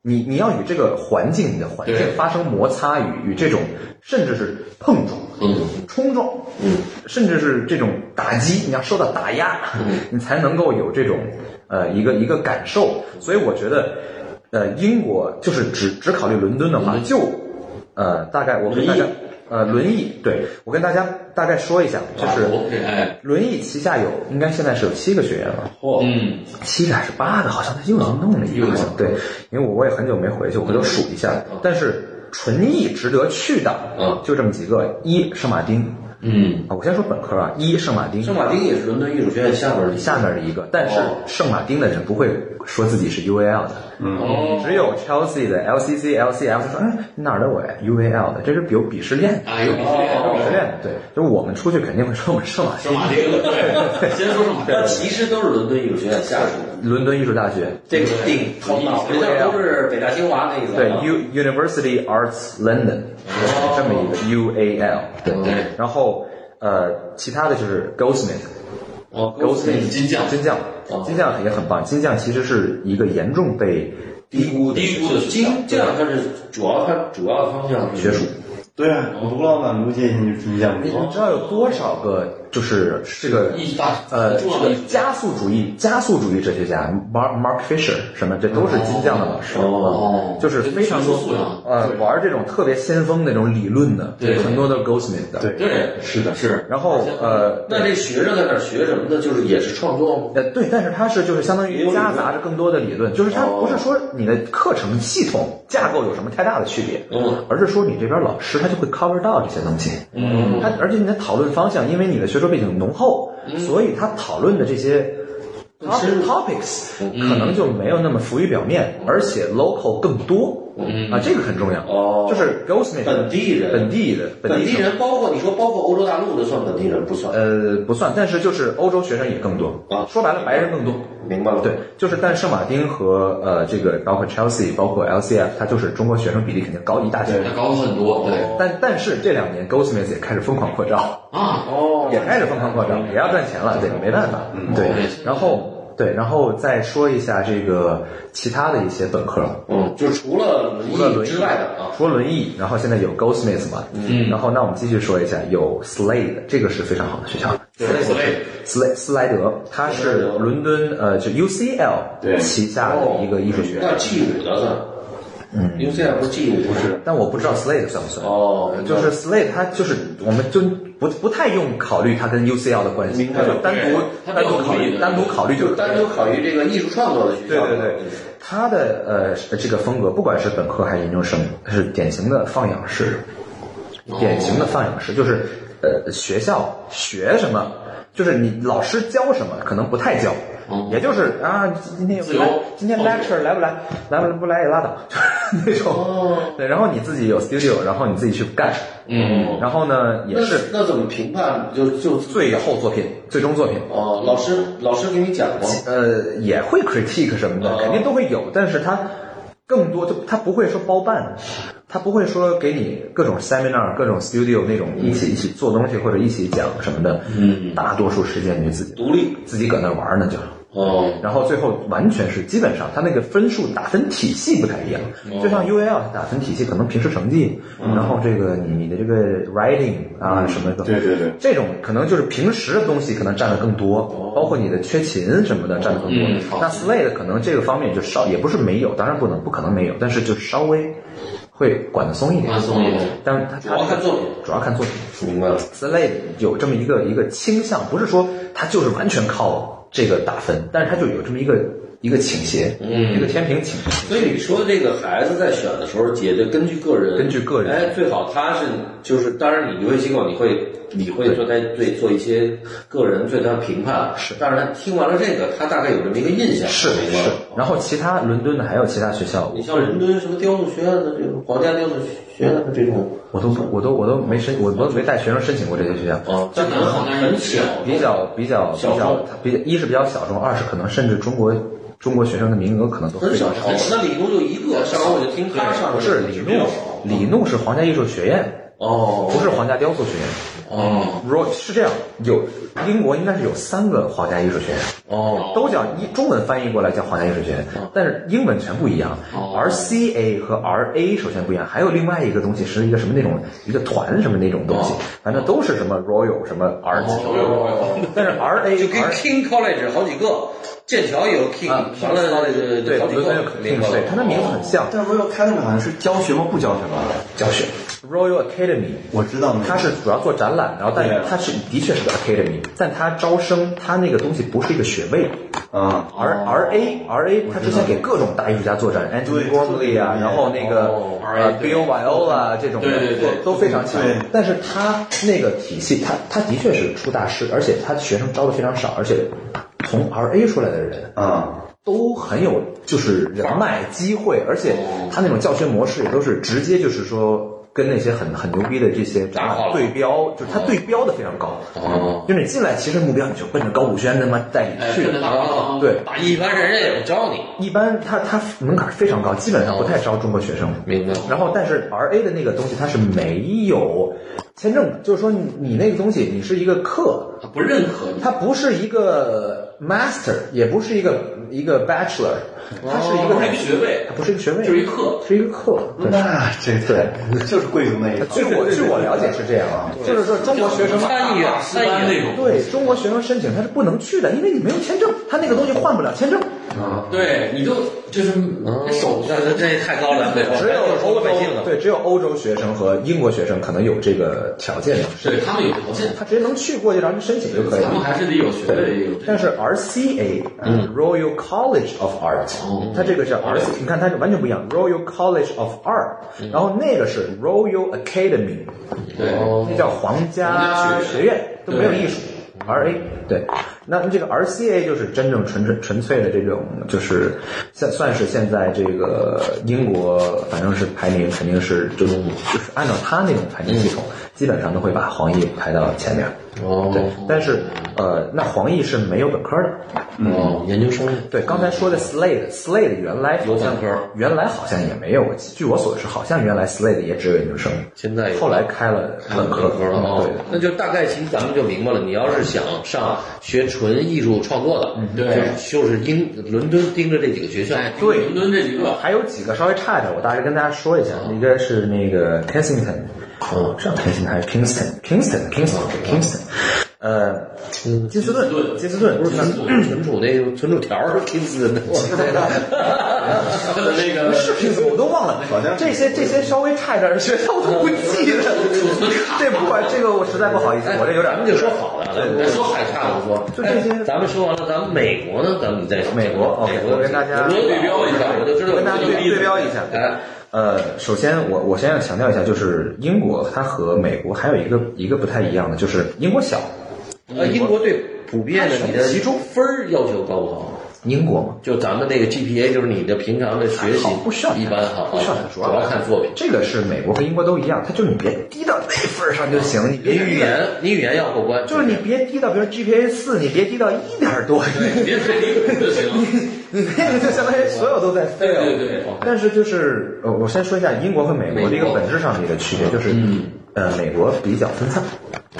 D: 你你要与这个环境、你的环境
B: 对
D: 发生摩擦，与与这种甚至是碰撞、
B: 嗯
D: 冲撞，嗯，甚至是这种打击，你要受到打压，
A: 嗯
D: 你才能够有这种呃一个一个感受。所以我觉得，呃，英国就是只只考虑伦敦的话，就呃大概我跟大家
A: 嗯轮椅
D: 呃轮椅，对我跟大家大概说一下，就是。
B: 这哎，
D: 轮椅旗下有，应该现在是有七个学院了，哦
B: 嗯，
D: 七个还是八个？好像他又新弄了一个，好像对，因为我我也很久没回去，我回头数一下。但是纯艺值得去的，
B: 嗯，
D: 就这么几个：一圣马丁，
B: 嗯，
D: 啊，我先说本科啊，一圣马丁，
A: 圣马丁也是伦敦艺术学院下边的一
D: 下面的一个，但是圣马丁的人不会说自己是 UAL 的，嗯
B: 哦，
D: 只有 Chelsea 的 LCC、LCF 说，哎，你哪儿的我呀？UAL 的，这是有鄙视链，
B: 啊，有
D: 有鄙视
B: 哦，
D: 链的，对，就是我们出去肯定会说我们圣马
B: 圣
D: 丁，
B: 马丁，对，先说圣马丁
A: 但，其实都是伦敦艺术学院下属的，
D: 伦敦艺术大学，
A: 这个定头脑学校都是北大清华那意思啊。
D: 对，U University Arts London 这么一个 UAL，对，
B: 对，
D: 然后呃，其他的就是 Goldsmith。
B: 哦，
D: Goldsmith
B: 金匠，
D: 金匠
B: 哦，
D: 金匠也很棒。金匠其实是一个严重被
A: 低估的
B: 低估的学校
A: 金这样它是主要它主要的方向是
D: 学术，
C: 对啊，我读老满读界你就你讲
D: 你你知道有多少个就是这个
B: 艺术大
D: 呃这
B: 重要的
D: 个
B: 艺术家
D: 加速主义加速主义哲学家 Mark Mark Fisher 什么这都是金匠的老师，嗯
B: 哦
D: 就是非常
B: 学
D: 多
B: 术素养，
D: 呃玩这种特别先锋那种理论的，
B: 对
D: 很多都是 Goldsmith 的，
C: 对
B: 对，是的，是，
D: 然后呃
A: 那这学生在那儿学什么呢？就是也是创作吗
D: 呃，对，但是它是就是相当于夹杂着更多的理论，就是
A: 哦
D: 它不是说你的课程系统架构有什么太大的区别，
B: 嗯，
D: 而是说你这边老师他就会 cover 到这些东西，嗯，他而且你的讨论方向，因为你的学术背景浓厚，
A: 嗯
D: 所以他讨论的这些 topic- topics
A: 嗯
D: 可能就没有那么浮于表面，而且 local 更多，啊，这个很重要，
A: 嗯哦
D: 就是 Goldsmith
A: 本地人
D: 本地的
A: 本地
D: 生
A: 人包括你说包括欧洲大陆的算本地人不算？
D: 呃，不算，但是就是欧洲学生也更多
A: 啊
D: 说白了，白人更多。
A: 明白了
D: 对，就是但圣马丁和呃这个包括 Chelsea，包括 LCF，它就是中国学生比例肯定高一大截。
B: 要高很多，
A: 哦
B: 对，
D: 但但是这两年 Goldsmith 也开始疯狂扩招，
B: 啊，
A: 哦
D: 也开始疯狂扩招，也要赚钱了，对，没办法，对
B: 对是。
D: 然后对，然后再说一下这个其他的一些本科，
A: 嗯，就是除了
D: 除了
A: 文
D: 轮
A: 艺
D: 椅
A: 之外的啊，
D: 除了轮椅，然后现在有 Goldsmith 嘛，嗯，然后那我们继续说一下，有 Slade，这个是非常好的学校，斯莱斯莱德，它是伦敦呃就 UCL
C: 对
D: 旗下的一个艺术学
A: 那
D: 院，
A: G 五的算，嗯，因为现在不是 G 五不是
D: 但我不知道 Slade 算不算，呃
A: 哦，
D: 就是 Slade 它就是我们就不不太用考虑它跟 UCL 的关系，它就单独
B: 它
D: 单
B: 比较
D: 独考
B: 独立
D: 虑
B: 的
D: 单独考虑就
A: 就单独考虑这个艺术创作的学
D: 对
A: 校，
D: 对对，他的呃这个风格，不管是本科还是研究生，是典型的放养式，
A: 哦
D: 典型的放养式，就是呃学校学什么，就是你老师教什么，可能不太教，
A: 哦
D: 也就是啊今天有
B: 自由
D: 来今天
B: 放纵
D: lecture 来不来，来不来不来也拉倒， 就是那种。
A: 哦
D: 对，然后你自己有 studio，然后你自己去干，嗯，然后呢也
A: 那
D: 是
A: 那怎么评判？就就
D: 最后作品，最终作品。
A: 哦，老师老师给你讲过，
D: 呃，也会 critique 什么
A: 哦
D: 的，肯定都会有，但是它更多就它不会说包办，它不会说给你各种 seminar、各种 studio 那种
A: 嗯
D: 一起一起做东西或者一起讲什么的。嗯，大多数时间你就自己
A: 独立
D: 自己搁那玩呢就。
A: 哦，
D: 然后最后完全是基本上，它那个分数打分体系不太一样，
A: 哦
D: 就像 UAL 打分体系可能平时成绩，然后这个你你的这个 writing
A: 嗯
D: 啊什么的，
C: 对对对
D: 这种可能就是平时的东西可能占的更多，包括你的缺勤什么的占的更多。
B: 嗯好
D: 那 Slade 可能这个方面就稍也不是没有，当然不能不可能没有，但是就稍微会管得松一点，
B: 宽松一点
D: 但是他
A: 主要看作品，
D: 主要看作品。
A: 明白了。
D: Slade 有这么一个一个倾向，不是说他就是完全靠这个打分，但是他就有这么一个一个倾斜，嗯，一个天平倾斜。
A: 所以你说这个孩子在选的时候，也得根据个人，
D: 根据个人
A: 哎，最好他是就是，当然你留学机构你会你会对他对做一些个人对他评判，是，但是他听完了这个，他大概有这么一个印象，
D: 是
A: 明白
D: 是
A: 吗。
D: 然后其他伦敦的还有其他学校，
A: 你像伦敦什么雕塑学院的这种皇家雕塑学院的这种，
D: 我都不我都我都没申，我都没带学生申请过这些学校。
A: 哦，
B: 这很好，但是
A: 很
B: 小
A: 小，
D: 比较比较比
A: 小
D: 较
A: 众
D: 比一是比较小众，二是可能甚至中国中国学生的名额可能都
A: 很
D: 非
A: 小
D: 常少。，
A: 那李工就一个，上回我就听他上
D: 不是李怒，李怒是皇家艺术学院，
A: 哦，
D: 不是皇家雕塑学院。
A: 哦
D: 如果是这样，有英国应该是有三个皇家艺术学院，
A: 哦，
D: 都叫一中文翻译过来叫皇家艺术学院，但是英文全不一样。R
A: 哦
D: C A 和 R A 首先不一样，还有另外一个东西是一个什么那种一个团什么那种
A: 哦
D: 东西，反正都是什么 Royal 什么 Art，但是 R A
A: 哦就跟 King College 好几个，剑桥也有 King，
D: 啊，
A: 完了
D: 对，
A: 好几
D: 伦敦
A: 个
D: 有肯定对，它的名字很像
C: 但 Royal 开那个好像是教学吗？不教学吧？
D: 教学， Royal Academy，
C: 我知道那个
D: 它是主要做展览，然后但
C: 对啊
D: 它是的确是个 Academy，但它招生它那个东西不是一个学位，
C: 啊，
D: R R A R A，他之前给各种大艺术家作展
C: 对
D: ，Anthony Gormley 啊，然后那个
A: 哦
D: 呃
B: RA
D: Bill Viola 这种
B: 对对对
D: 都都非常强
C: 对。
D: 但是他那个体系，他他的确是出大师，而且他学生招的非常少，而且从 R A 出来的人
C: 啊，
D: 都很有就是人脉机
A: 哦
D: 会，而且他那种教学模式也都是直接就是说。跟那些很很牛逼的这些展
B: 打好
D: 览
B: 了
D: 对标，就是他对标的非常高。
B: 哦，
D: 就你进来，其实目标你就奔着高古轩他妈带
B: 哎，
D: 你去
B: 跟着，大王
A: 哦
B: 王
D: 对，
B: 打
A: 一般人也有招你，
D: 一般他他门槛非常高，基本上不太招中国学生。
A: 明白？
D: 然后，但是 R A 的那个东西它是没有签证的，就是说你你那个东西你是一个课，
B: 他不认可你，
D: 它不是一个 master，也不是一个一个 bachelor，它是一个、
B: 不哦是一个学位，
D: 它不是一个学位，
B: 就是一课，
D: 是一个课。对
C: 那这
D: 对
C: 就是贵族
B: 嗯
C: 那一套
D: 据我据我了解是这样啊，就是说中国学生
A: 参与啊
B: 一般
A: 参
B: 那
A: 与，
B: 种，
D: 对中国学生申请他是不能去的，因为你没有签证，他那个东西换不了签证。
A: 啊
B: 对，你就就是
A: 嗯
B: 手
A: 那这这太高了，
D: 只有
A: 欧
D: 欧
A: 老百姓
D: 洲
A: 的，
D: 对，只有欧洲学生和英国学生可能有这个条件的，
B: 对他们有条件，
D: 他直接能去过去，然后申请就可以
B: 咱们
D: 了。
B: 还是得有学位，有
D: 但是 RCA，嗯，Royal 哦 College of Art，它这个叫 R，你看它完全不一样，Royal College of Art，然后那个是 Royal Academy，
B: 对，
D: 那叫皇家学院，都没有艺术。R A 对，那这个 R C A 就是真正纯纯纯粹的这种，就是算算是现在这个英国，反正是排名肯定是这种，就是按照他那种排名系统，基本上都会把黄奕排到前面。
A: 哦
D: 对，但是呃，那黄奕是没有本科的。嗯
A: 哦，研究生
D: 对，刚才说的 Slade，Slade 原来
A: 有
D: 好像
A: 本科
D: 原来好像也没有，据我所知，好像原来 Slade 也只有研究生，
A: 现在有
D: 后来开了哦本科。
A: 科了啊
D: 对，
A: 那就大概其实咱们就明白了。你要是想上学纯艺术创作的，
D: 嗯
B: 对
A: 就是就是英伦敦盯着这几个学校，
D: 哎对
B: 伦敦这几个，
D: 还有几个稍微差一点，我大概跟大家说一下，一个是那个 Kensington，哦，是 Kensington 还是 Kingston？Kingston，Kingston，Kingston，呃，金斯顿，金斯顿不是
A: 存存储那个存储条儿 k i s 的，
B: 他的那个
D: 是 Kingston，我都忘了，
C: 好像是
D: 这些这些稍微差一点的学校我都不记得，对，不管这个我实在不好意思，我这有点
A: 咱们就说好的，咱们说海差的说，
D: 就这些
A: 哎咱们说完了，咱们美国呢，咱们再说
D: 美国，OK，
A: 美国
D: 我跟大家
A: 我对标一下，我就知道
D: 跟大家对对标一下。
A: 哎，
D: 呃，首先我我先要强调一下，就是英国它和美国还有一个一个不太一样的，就是英国小，
A: 呃，英国对普遍的
D: 它
A: 你的
D: 其中
A: 分儿要求高不高？
D: 英国嘛，
A: 就咱们那个 GPA，就是你的平常的学习
D: 好不需要
A: 一般好，
D: 不需要
A: 啊
D: 主
A: 主
D: 要
A: 要看作品。
D: 这个是美国和英国都一样，它就是你别低到那份儿上就行，你别
A: 你语言，你语言要过关，
D: 就是你别低到，比如 GPA 四，你别低到一点儿多，
B: 别太离谱就行，
D: 你那个就相当于所有都在 fail。
B: 对对对
D: 但是就是呃，我先说一下英国和美国的一个本质上的一个区别，就是、
B: 嗯
D: 呃，美国比较分散。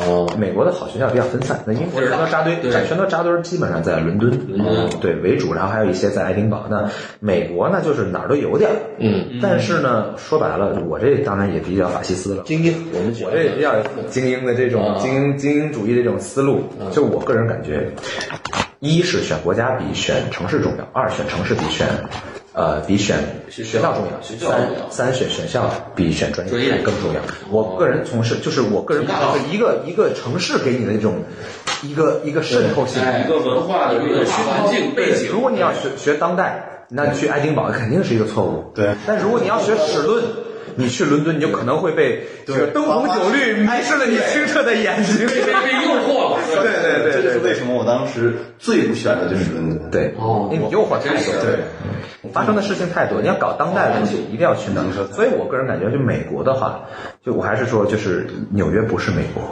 A: 哦，
D: 美国的好学校比较分散，那英国全都扎堆，
B: 对
D: 全都扎堆，基本上在伦敦，嗯，对为主，然后还有一些在爱丁堡。那美国呢，就是哪儿都有点儿，
A: 嗯，
D: 但是呢，说白了，我这当然也比较法西斯了。
A: 精英，我们觉
D: 我这也
A: 得
D: 比较精英的这
B: 啊
D: 种精英精英主义的这种思路，就我个人感觉，一是选国家比选城市重要，二选城市比选，呃，比选学校重要，
B: 学校
D: 三
B: 重要
D: 三选学校比选专
B: 专业哦
D: 业更重要。我个人从事就是我个人感觉是一个一个城市给你的这种一个一个渗透性，
B: 哎
C: 一个文化的
B: 有一
C: 一个
B: 个环境背景
D: 如，果你要学学当代，那你去爱丁堡肯定是一个错误。
C: 对
D: 但如果你要学史论，你去伦敦，你就可能会被这个灯红酒绿迷失了你清澈的眼睛。
B: 被被被诱惑了，
C: 对
D: 对对对
C: 这就是为什么我当时最不选的就是伦敦。
D: 对，哎
B: 哦
D: 因为诱惑
B: 真
D: 太
B: 是
C: 哎
D: 多，对，发生的事情太多。你要搞当代的东西，一定要去那儿。所以我个人感觉，就美国的话，就我还是说，就是纽约不是美国，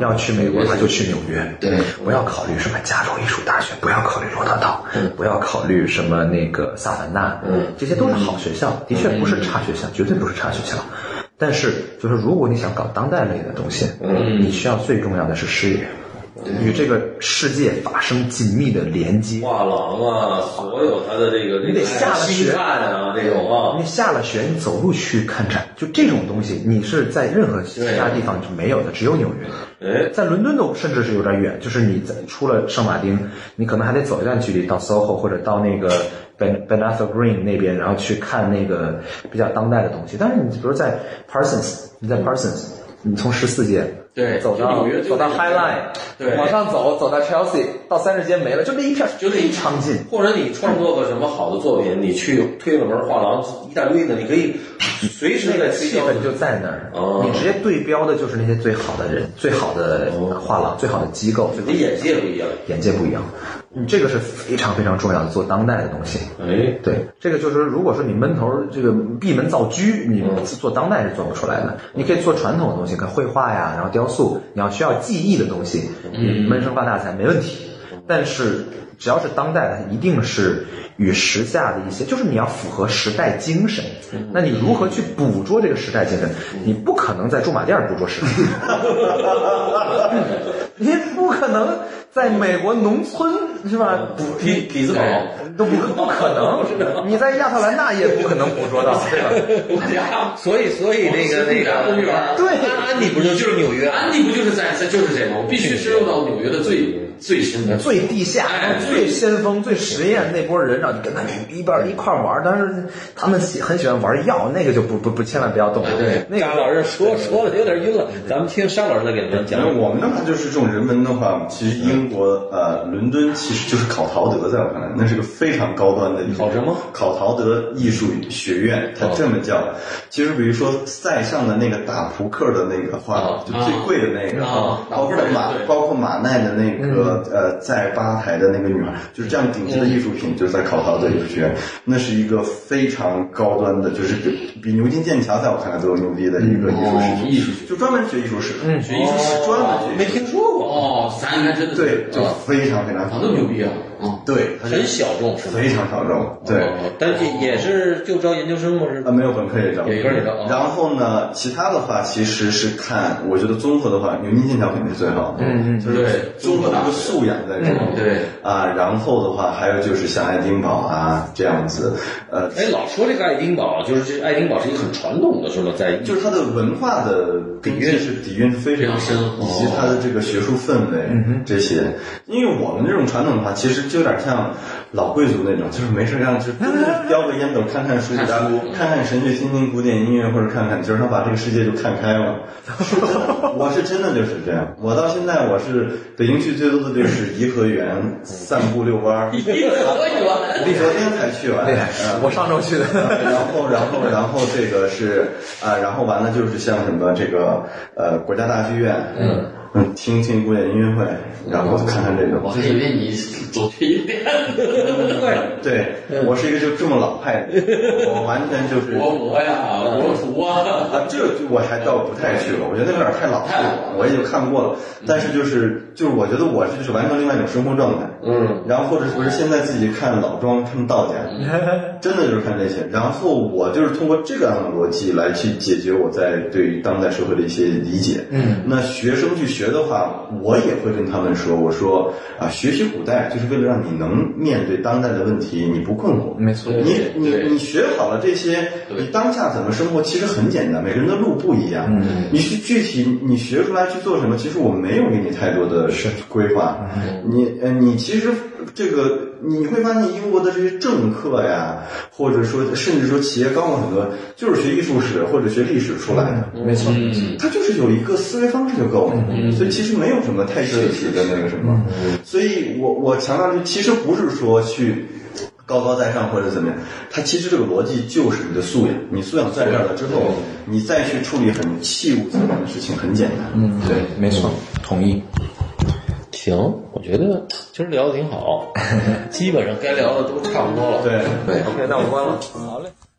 D: 要去美国那就去纽约，嗯对，不要考虑什么加州艺术大学，不要考虑罗德岛，不要考虑什么那个萨凡纳，这些都是好学校，的确不是差学校，绝对不是差学校。但是，就是如果你想搞当代类的东西，嗯，你需要最重要的是视野。与这个世界发生紧密的连接，
G: 画廊啊，所有它的这个
D: 你得下了
G: 西
H: 哎
D: 学
G: 看啊，这种
A: 哦
G: 啊，
D: 你下了学，你走路去看展，就这种东西，你是在任何其他地方是没有的，只有纽约。
G: 哎，
D: 在伦敦都甚至是有点远，就是你在出了圣马丁，你可能还得走一段距离到 SOHO 或者到那个 Ben Ben Arthur Green 那边，然后去看那个比较当代的东西。但是你比如在 Parsons，你在 Parsons，你从十四街
B: 对
D: 走
B: 就
D: 到
B: 纽约就
D: 走到
B: 那
D: High Line，
B: 对
D: 往上走走到 Chelsea，到三十街没了，就那一片
H: 就那一
D: 非常近。
H: 或者你创作个什么好的作品，你去推了门画廊一大堆的，你可以随时
D: 那
H: 在
D: 个
H: 推
D: 气
H: 销。
D: 氛就在那儿
H: 哦，
D: 你直接对标的就是那些最好的人、最好的画廊、最好的机构、最好
H: 你
D: 的
H: 演技也不一样。
D: 眼界不一样。你这个是非常非常重要的，做当代的东西。
H: 哎，
D: 对，这个就是如果说你闷头儿这个闭门造车，你做当代是做不出来的。你可以做传统的东西，看绘画呀，然后雕塑，你要需要技艺的东西，你闷声发大财没问题。但是只要是当代的，它一定是与时下的一些，就是你要符合时代精神。那你如何去捕捉这个时代精神？你不可能在驻马店儿捕捉时代， 你不可能在美国农村是吧？捕
H: 痞痞子
D: 对
H: 狗。
D: 都不不可能，你在亚特兰大也不可能捕捉 到。啊
B: 我家
H: 所以，哦所以那个那个，
B: 公园儿
D: 对
H: 安安迪不就是纽约？啊
B: 安迪不就是在在就是这个，
D: 哦
B: 我必须深入到纽约的最最深的。
D: 最地下、
B: 哎
D: 最先锋、最实验那波人，让你跟他一边一块玩，但是他们喜很喜欢玩药，那个就不不不，千万不要动。
B: 对，
D: 那
A: 沙
D: 个
A: 老师说说的有点晕了，咱们听沙老师再给咱
C: 然后
A: 讲。嗯
C: 我们的话就是这种人文的话，其实英国呃伦敦其实就是考陶德，在我看来，那是个非常高端的一个
A: 考什么？哦
C: 考陶德艺术学院，它这么叫。其实比如说塞尚的那个打扑克的那个
A: 哦
C: 画，就最贵的那个
B: 哦，
C: 包括马
B: 对
C: 包括马奈的那个
A: 嗯
C: 呃在吧台的那个女孩，就是这样顶级的艺术品，就是在考陶德艺术学院，那是一个非常高端的，就是比比牛津剑桥在我看来都牛逼的一个艺术
B: 哦
C: 史，
B: 艺术
C: 就专门学艺术史，嗯
B: 学艺术史
C: 专门学艺术史
H: 没听说过，
B: 哦，咱应该真的
C: 对，就非常非常
B: 啊，那么牛逼啊！啊，
C: 对，它
A: 很
C: 是
A: 小众是吗？
C: 非常小众，对，
A: 哦但是也是就招研究生吗？是
C: 啊，没有本科也招，
A: 本科也招哦
C: 然后呢，其他的话其实是看，我觉得综合的话，牛津剑桥肯定是最好的，嗯嗯，就是
B: 对嗯
C: 综合的一个素养在这里，
B: 对，
C: 啊，然后的话还有就是像爱丁堡啊这样子，呃，
A: 哎，老说这个爱丁堡，就是这爱丁堡是一个很传统的，是吗？在
C: 就是它的文化的底蕴是底蕴非常
B: 非常深
C: 以及它的这个学术氛围这些。因为我们这种传统的话，其实就有点像老贵族那种，就是没事干就真的叼个烟斗，看看书，看看神剧，听听古典音乐，或者看看，就是他把这个世界就看开了。 我是真的就是这样，我到现在我是北京去最多的就是颐和园散步遛弯儿。
B: 一 合员
C: 我昨天才去完，啊
D: 对， 我上周去的。
C: 然后，然后，然后这个是啊、然后完了就是像什么这个呃国家大剧院，嗯听听古典音乐会，然后看看这个，
B: 我还以为你走去一点，
C: 对我是一个就这么老派的，人，嗯我完全就是
B: 国博呀，国图啊，
C: 啊，这我还倒不太去了，我觉得那有点太老派了，我也就看过了。但是就是就是，我觉得我是就是完全另外一种生活状态，嗯。然后或者说是现在自己看老庄看道家，真的就是看这些。然后我就是通过这个样的逻辑来去解决我在对于当代社会的一些理解。嗯，那学生去学的话，我也会跟他们说，我说啊，学习古代就是为了让你能面对当代的问题，你不困惑。
D: 没错，
C: 你你
B: 对
C: 你学好了这些，
B: 对
C: 你当下怎么生活其实很简单，每个人的路不一样。
B: 嗯
C: 你去具体你学出来去做什么，其实我没有给你太多的规划。
B: 嗯
C: 你呃，你其实这个你会发现英国的这些政客呀，或者说甚至说企业高管很多，就是学艺术史或者学历史出来的。
D: 没错。
B: 嗯，
C: 他就是有一个思维方式就够了，所以其实没有什么太具体嗯的嗯那个什么。所以我我强调就其实不是说去高高在上或者怎么样，它其实这个逻辑就是你的素养，你素养在这儿了之后，你再去处理很器物层面的事情很简单。嗯，
D: 对，没错，同意。
A: 行，我觉得今儿 聊的挺好，基本上该聊的都差不多了。
C: 对。
D: 对，OK，那我们关了。
A: 好嘞。